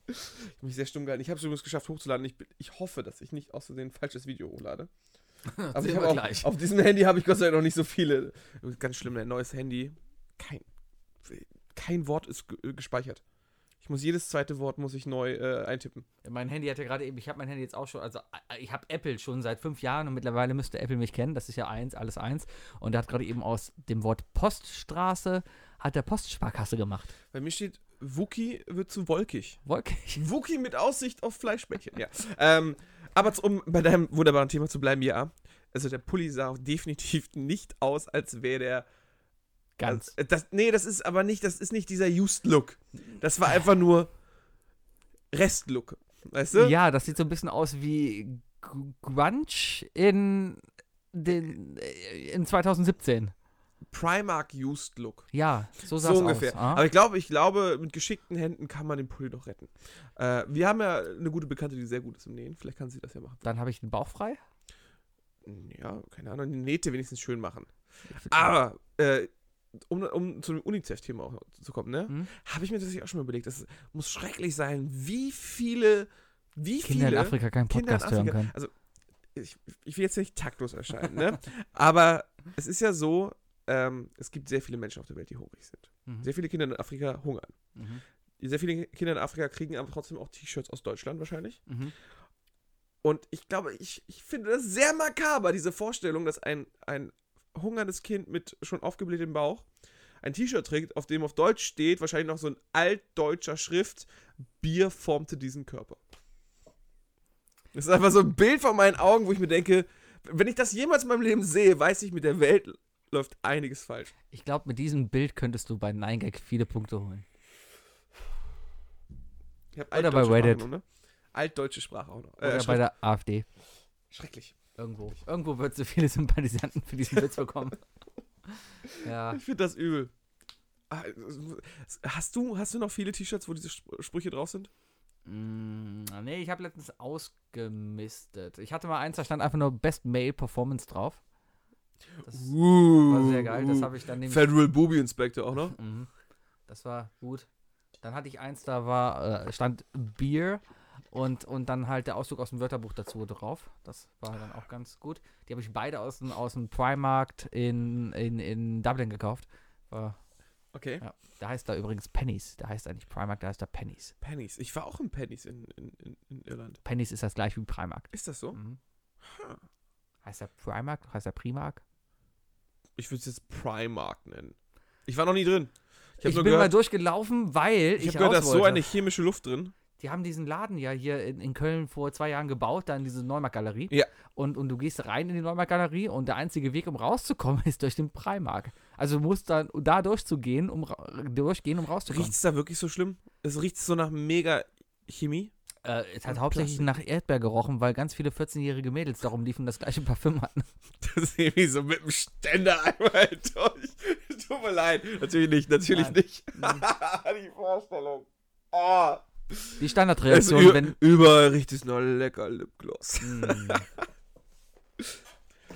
ich habe mich sehr stumm gehalten. Ich habe es übrigens geschafft hochzuladen. Ich, bin- ich hoffe, dass ich nicht aus Versehen ein falsches Video hochlade. Aber ich sehen hab wir auch, gleich. auf diesem Handy habe ich Gott sei Dank noch nicht so viele. Ganz schlimm, ein neues Handy. Kein, kein Wort ist ge- äh, gespeichert. Ich muss jedes zweite Wort muss ich neu äh, eintippen. Mein Handy hat ja gerade eben, ich habe mein Handy jetzt auch schon, also äh, ich habe Apple schon seit fünf Jahren und mittlerweile müsste Apple mich kennen, das ist ja eins, alles eins. Und der hat gerade eben aus dem Wort Poststraße, hat der Postsparkasse gemacht. Bei mir steht, Wookie wird zu wolkig. Wolke Wookie mit Aussicht auf Fleischbällchen, ja. ähm, aber zu- um bei deinem wunderbaren Thema zu bleiben, ja. Also der Pulli sah auch definitiv nicht aus, als wäre der. Ganz. Als, das, nee, das ist aber nicht, das ist nicht dieser Used Look. Das war einfach nur Restlook. Weißt du? Ja, das sieht so ein bisschen aus wie G- Grunge in, den, äh, in 2017. Primark Used Look. Ja, so sah So es ungefähr. aus. ah? Aber ich glaube, ich glaube, mit geschickten Händen kann man den Pulli doch retten. Äh, wir haben ja eine gute Bekannte, die sehr gut ist im Nähen. Vielleicht kann sie das ja machen. Dann habe ich den Bauch frei. Ja, keine Ahnung. Die Nähte wenigstens schön machen. Aber, äh, um, um zum UNICEF-Thema auch noch zu kommen, ne? Hm? Habe ich mir tatsächlich auch schon mal überlegt. Das muss schrecklich sein, wie viele, wie Kinder in viele Afrika keinen Kinder in Podcast hören Afrika- können. Also, ich, ich will jetzt nicht taktlos erscheinen, ne? Aber es ist ja so, ähm, es gibt sehr viele Menschen auf der Welt, die hungrig sind. Mhm. Sehr viele Kinder in Afrika hungern. Mhm. Sehr viele Kinder in Afrika kriegen aber trotzdem auch T-Shirts aus Deutschland wahrscheinlich. Mhm. Und ich glaube, ich, ich finde das sehr makaber, diese Vorstellung, dass ein, ein hungerndes Kind mit schon aufgeblähtem Bauch ein T-Shirt trägt, auf dem auf Deutsch steht, wahrscheinlich noch so ein altdeutscher Schrift, Bier formte diesen Körper. Das ist einfach so ein Bild vor meinen Augen, wo ich mir denke, wenn ich das jemals in meinem Leben sehe, weiß ich, mit der Welt läuft einiges falsch. Ich glaube, mit diesem Bild könntest du bei 9gag viele Punkte holen. Ich hab Oder bei altdeutsche Sprache Reddit. noch, ne? Altdeutsche Sprache auch noch. Äh, Oder bei Schrift. der AfD. Schrecklich. Irgendwo. Irgendwo wird so viele Sympathisanten für diesen Witz bekommen. ja. Ich finde das übel. Ah, Hast du, hast du noch viele T-Shirts, wo diese Sp- Sprüche drauf sind? Mm, nee, ich habe letztens ausgemistet. Ich hatte mal eins, da stand einfach nur Best Male Performance drauf. Das war sehr geil. Das habe ich dann nämlich. Federal Booby Inspector auch noch. Mhm. Das war gut. Dann hatte ich eins, da war, äh, stand Beer und, und dann halt der Auszug aus dem Wörterbuch dazu drauf. Das war dann auch ganz gut. Die habe ich beide aus dem, aus dem Primarkt in, in, in Dublin gekauft. War, Okay. ja. Da heißt da übrigens Pennies. Da heißt er nicht Primark, da heißt er Pennies. Pennies. Ich war auch in Pennies in, in, in, in Irland. Pennies ist das gleich wie Primark. Ist das so? Mhm. Heißt er Primark? Heißt er Primark? Ich würde es jetzt Primark nennen. Ich war noch nie drin. Ich Ich, habe bin nur mal gehört, durchgelaufen, weil ich, ich hab gehört da raus ist wollte. so eine chemische Luft drin. Die haben diesen Laden ja hier in, in Köln vor zwei Jahren gebaut, da in diese Neumarkt-Galerie. Ja. Und, und du gehst rein in die Neumarkt-Galerie und der einzige Weg, um rauszukommen, ist durch den Primark. Also du musst dann da durchzugehen, um ra- durchgehen, um rauszukommen. Riecht es da wirklich so schlimm? Es riecht so nach mega Chemie. Äh, es hat Und hauptsächlich Plastik. nach Erdbeer gerochen, weil ganz viele 14-jährige Mädels darum liefen, das gleiche Parfüm hatten. Das ist irgendwie so mit dem Ständer einmal durch. Tut mir leid. Natürlich nicht, natürlich Nein. Mhm. nicht. Die Vorstellung. Oh. Die Es Standardreaktion, ü- wenn. überall riecht es noch lecker Lipgloss. Mm,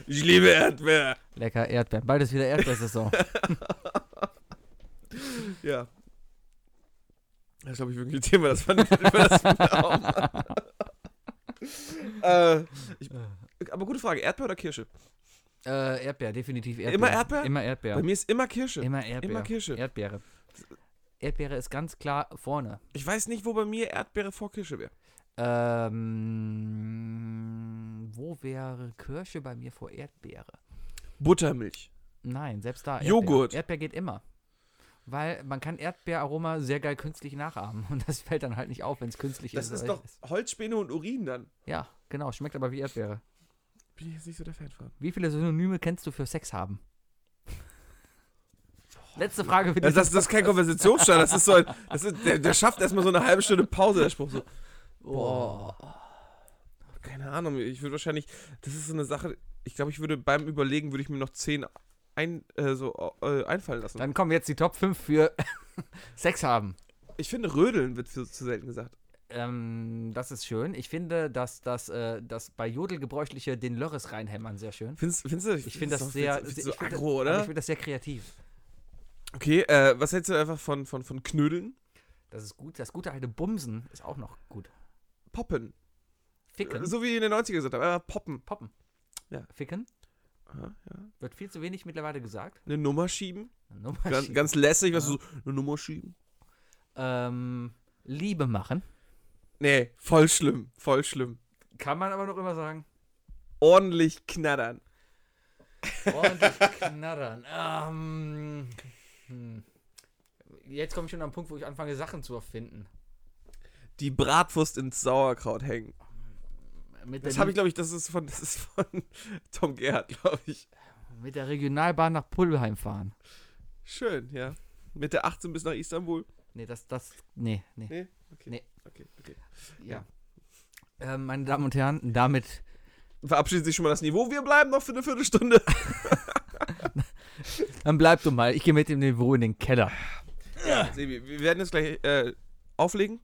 Ich liebe Erdbeer. lecker Erdbeeren. Bald ist wieder Erdbeersaison. Ja. Das ist, glaube ich, wirklich ein Thema, das man nicht über das äh, ich, aber gute Frage, Erdbeer oder Kirsche? Äh, Erdbeer, definitiv Erdbeer. Immer Erdbeer? Immer Erdbeer. Bei mir ist immer Kirsche. Immer Erdbeer. Immer Kirsche. Erdbeere. Erdbeere ist ganz klar vorne. Ich weiß nicht, wo bei mir Erdbeere vor Kirsche wäre. Ähm, wo wäre Kirsche bei mir vor Erdbeere? Buttermilch. Nein, selbst da. Joghurt. Erdbeer geht immer. Weil man kann Erdbeeraroma sehr geil künstlich nachahmen. Und das fällt dann halt nicht auf, wenn es künstlich Das ist ist. oder doch Holzspäne und Urin dann. Ja, genau. Schmeckt aber wie Erdbeere. Bin ich jetzt nicht so der Fan von. Wie viele Synonyme kennst du für Sex haben? Letzte Frage für Das, diesen das, das ist kein Konversationsstand, das ist so ein, das ist, der, der schafft erstmal so eine halbe Stunde Pause, der Spruch so. Boah. Keine Ahnung, ich würde wahrscheinlich, das ist so eine Sache, ich glaube, ich würde beim Überlegen, würde ich mir noch zehn ein, äh, so, äh, einfallen lassen. Dann kommen jetzt die Top 5 für Sex haben. Ich finde, Rödeln wird zu, zu selten gesagt. Ähm, das ist schön. Ich finde, dass das, äh, das bei Jodel gebräuchliche den Lörres reinhämmern sehr schön. Findest, findest du? Ich finde das ist doch- sehr. findest du ich so find das- aggro, aber Ich oder? finde das sehr kreativ. Okay, äh, was hältst du einfach von, von, von Knödeln? Das ist gut. Das gute alte Bumsen ist auch noch gut. Poppen. Ficken. So wie in den 90ern gesagt haben, einfach poppen. Poppen. Ja. Ficken. Aha, ja. Wird viel zu wenig mittlerweile gesagt. Eine Nummer schieben. Nummer Ganz, schieben. ganz lässig, was Ja. du so, eine Nummer schieben. ähm, Liebe machen. Nee, voll schlimm, voll schlimm. Kann man aber noch immer sagen. Ordentlich knattern. Ordentlich knattern. Ähm, hm. Jetzt komme ich schon am Punkt, wo ich anfange, Sachen zu erfinden. Die Bratwurst ins Sauerkraut hängen. Mit Das der habe ich, glaube ich, das ist von, das ist von Tom Gerhardt, glaube ich. Mit der Regionalbahn nach Pulheim fahren. Schön, ja. Mit der 18 bis nach Istanbul. Nee, das, das, nee, nee. Nee? Okay. Nee. Okay, okay. Ja. Ähm, meine Damen und Herren, damit Verabschieden Sie schon mal das Niveau. Wir bleiben noch für eine Viertelstunde. dann bleib du mal. Ich gehe mit dem Niveau in den Keller. Ja. Ah, Sebi, wir werden jetzt gleich äh, auflegen.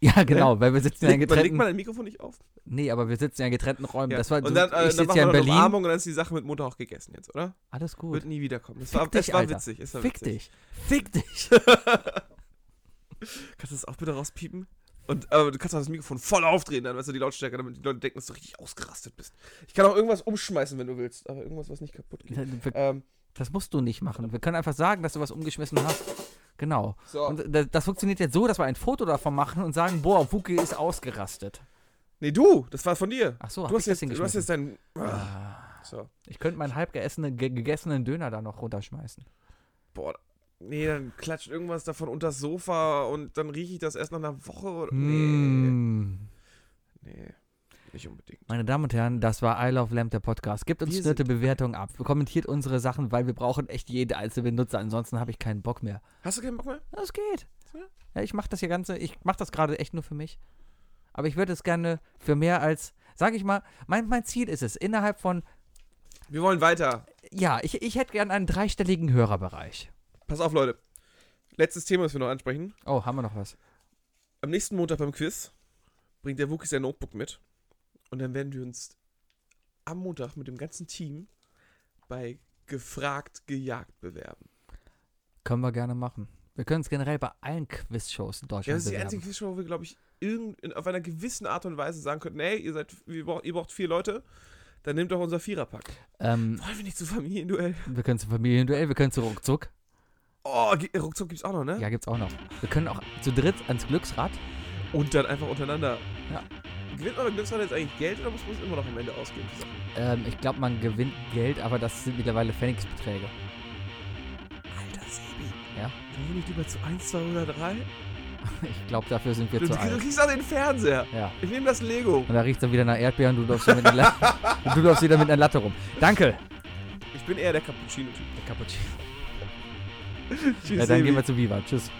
Ja, genau, weil wir sitzen ja in Leg, man legt getrennten. mal ein Mikrofon nicht auf. Nee, ja, aber wir sitzen ja in getrennten Räumen. Ja. Das war, und dann, du, äh, dann ich sitze machen ja wir in noch eine Berlin. Umarmung und dann ist die Sache mit Mutter auch gegessen jetzt, oder? Alles Wird gut. nie wiederkommen. Das Fick war, dich, es war Alter. witzig. Es war Fick witzig. dich. Fick dich. Kannst du das auch bitte rauspiepen? Und aber du kannst auch das Mikrofon voll aufdrehen, dann weißt du die Lautstärke, damit die Leute denken, dass du richtig ausgerastet bist. Ich kann auch irgendwas umschmeißen, wenn du willst, aber irgendwas, was nicht kaputt geht. Ähm, Das musst du nicht machen. Wir können einfach sagen, dass du was umgeschmissen hast. Genau. so. Und da- das funktioniert jetzt so, dass wir ein Foto davon machen und sagen, boah, Wuki ist ausgerastet. Nee, du, das war von dir. Ach so, hab Du hast, ich das jetzt, du hast hingeschmissen? jetzt deinen. Ah, Ah, so. ich könnte meinen halb geessenen, ge gegessenen Döner da noch runterschmeißen. Boah. Nee, dann klatscht irgendwas davon unter das Sofa und dann rieche ich das erst nach einer Woche. Oder? Nee. Mm. Nee. Nicht unbedingt. Meine Damen und Herren, das war I Love Lamp, der Podcast. Gebt uns Wir eine Bewertung ab. Kommentiert unsere Sachen, weil wir brauchen echt jede einzelne Benutzer. Ansonsten habe ich keinen Bock mehr. Hast du keinen Bock mehr? Das geht. Ja. Ja, ich mache das hier ganze, ich mache das gerade echt nur für mich. Aber ich würde es gerne für mehr als, sage ich mal, mein, mein Ziel ist es, innerhalb von, Wir wollen weiter. ja, ich, ich hätte gern einen dreistelligen Hörerbereich. Pass auf, Leute. Letztes Thema, was wir noch ansprechen. Oh, haben wir noch was? Am nächsten Montag beim Quiz bringt der Wookie sein Notebook mit. Und dann werden wir uns am Montag mit dem ganzen Team bei gefragt, gejagt bewerben. Können wir gerne machen. Wir können es generell bei allen Quiz-Shows in Ja, Deutschland das ist die einzige bewerben. Quizshow, wo wir, glaube ich, irgend, in, auf einer gewissen Art und Weise sagen könnten, hey, ihr, seid, wir braucht, ihr braucht vier Leute, dann nehmt doch unser Viererpack. Ähm, Wollen wir nicht zu Familienduell? wir können zum Familienduell, wir können zu Ruckzuck. Oh, Ge- Ruckzuck gibt's auch noch, ne? Ja, gibt's auch noch. Wir können auch zu dritt ans Glücksrad. Und dann einfach untereinander. Ja. Gewinnt man beim Glücksrad jetzt eigentlich Geld oder muss man es immer noch am Ende ausgeben? Ähm, ich glaube, man gewinnt Geld, aber das sind mittlerweile Pfennigsbeträge. Alter Sebi. Ja? Wollen wir nicht lieber zu 1, 2 oder 3? Ich glaube, dafür sind wir Du, zu du, du alt. kriegst auch den Fernseher. Ja. Ich nehme das Lego. Und da riecht es dann wieder nach Erdbeeren und du läufst, wieder mit einer La- du läufst wieder mit einer Latte rum. Danke. Ich bin eher der Cappuccino-Typ. Der Cappuccino. Tschüss, Ja, dann Sebi. gehen wir zu Viva. Tschüss.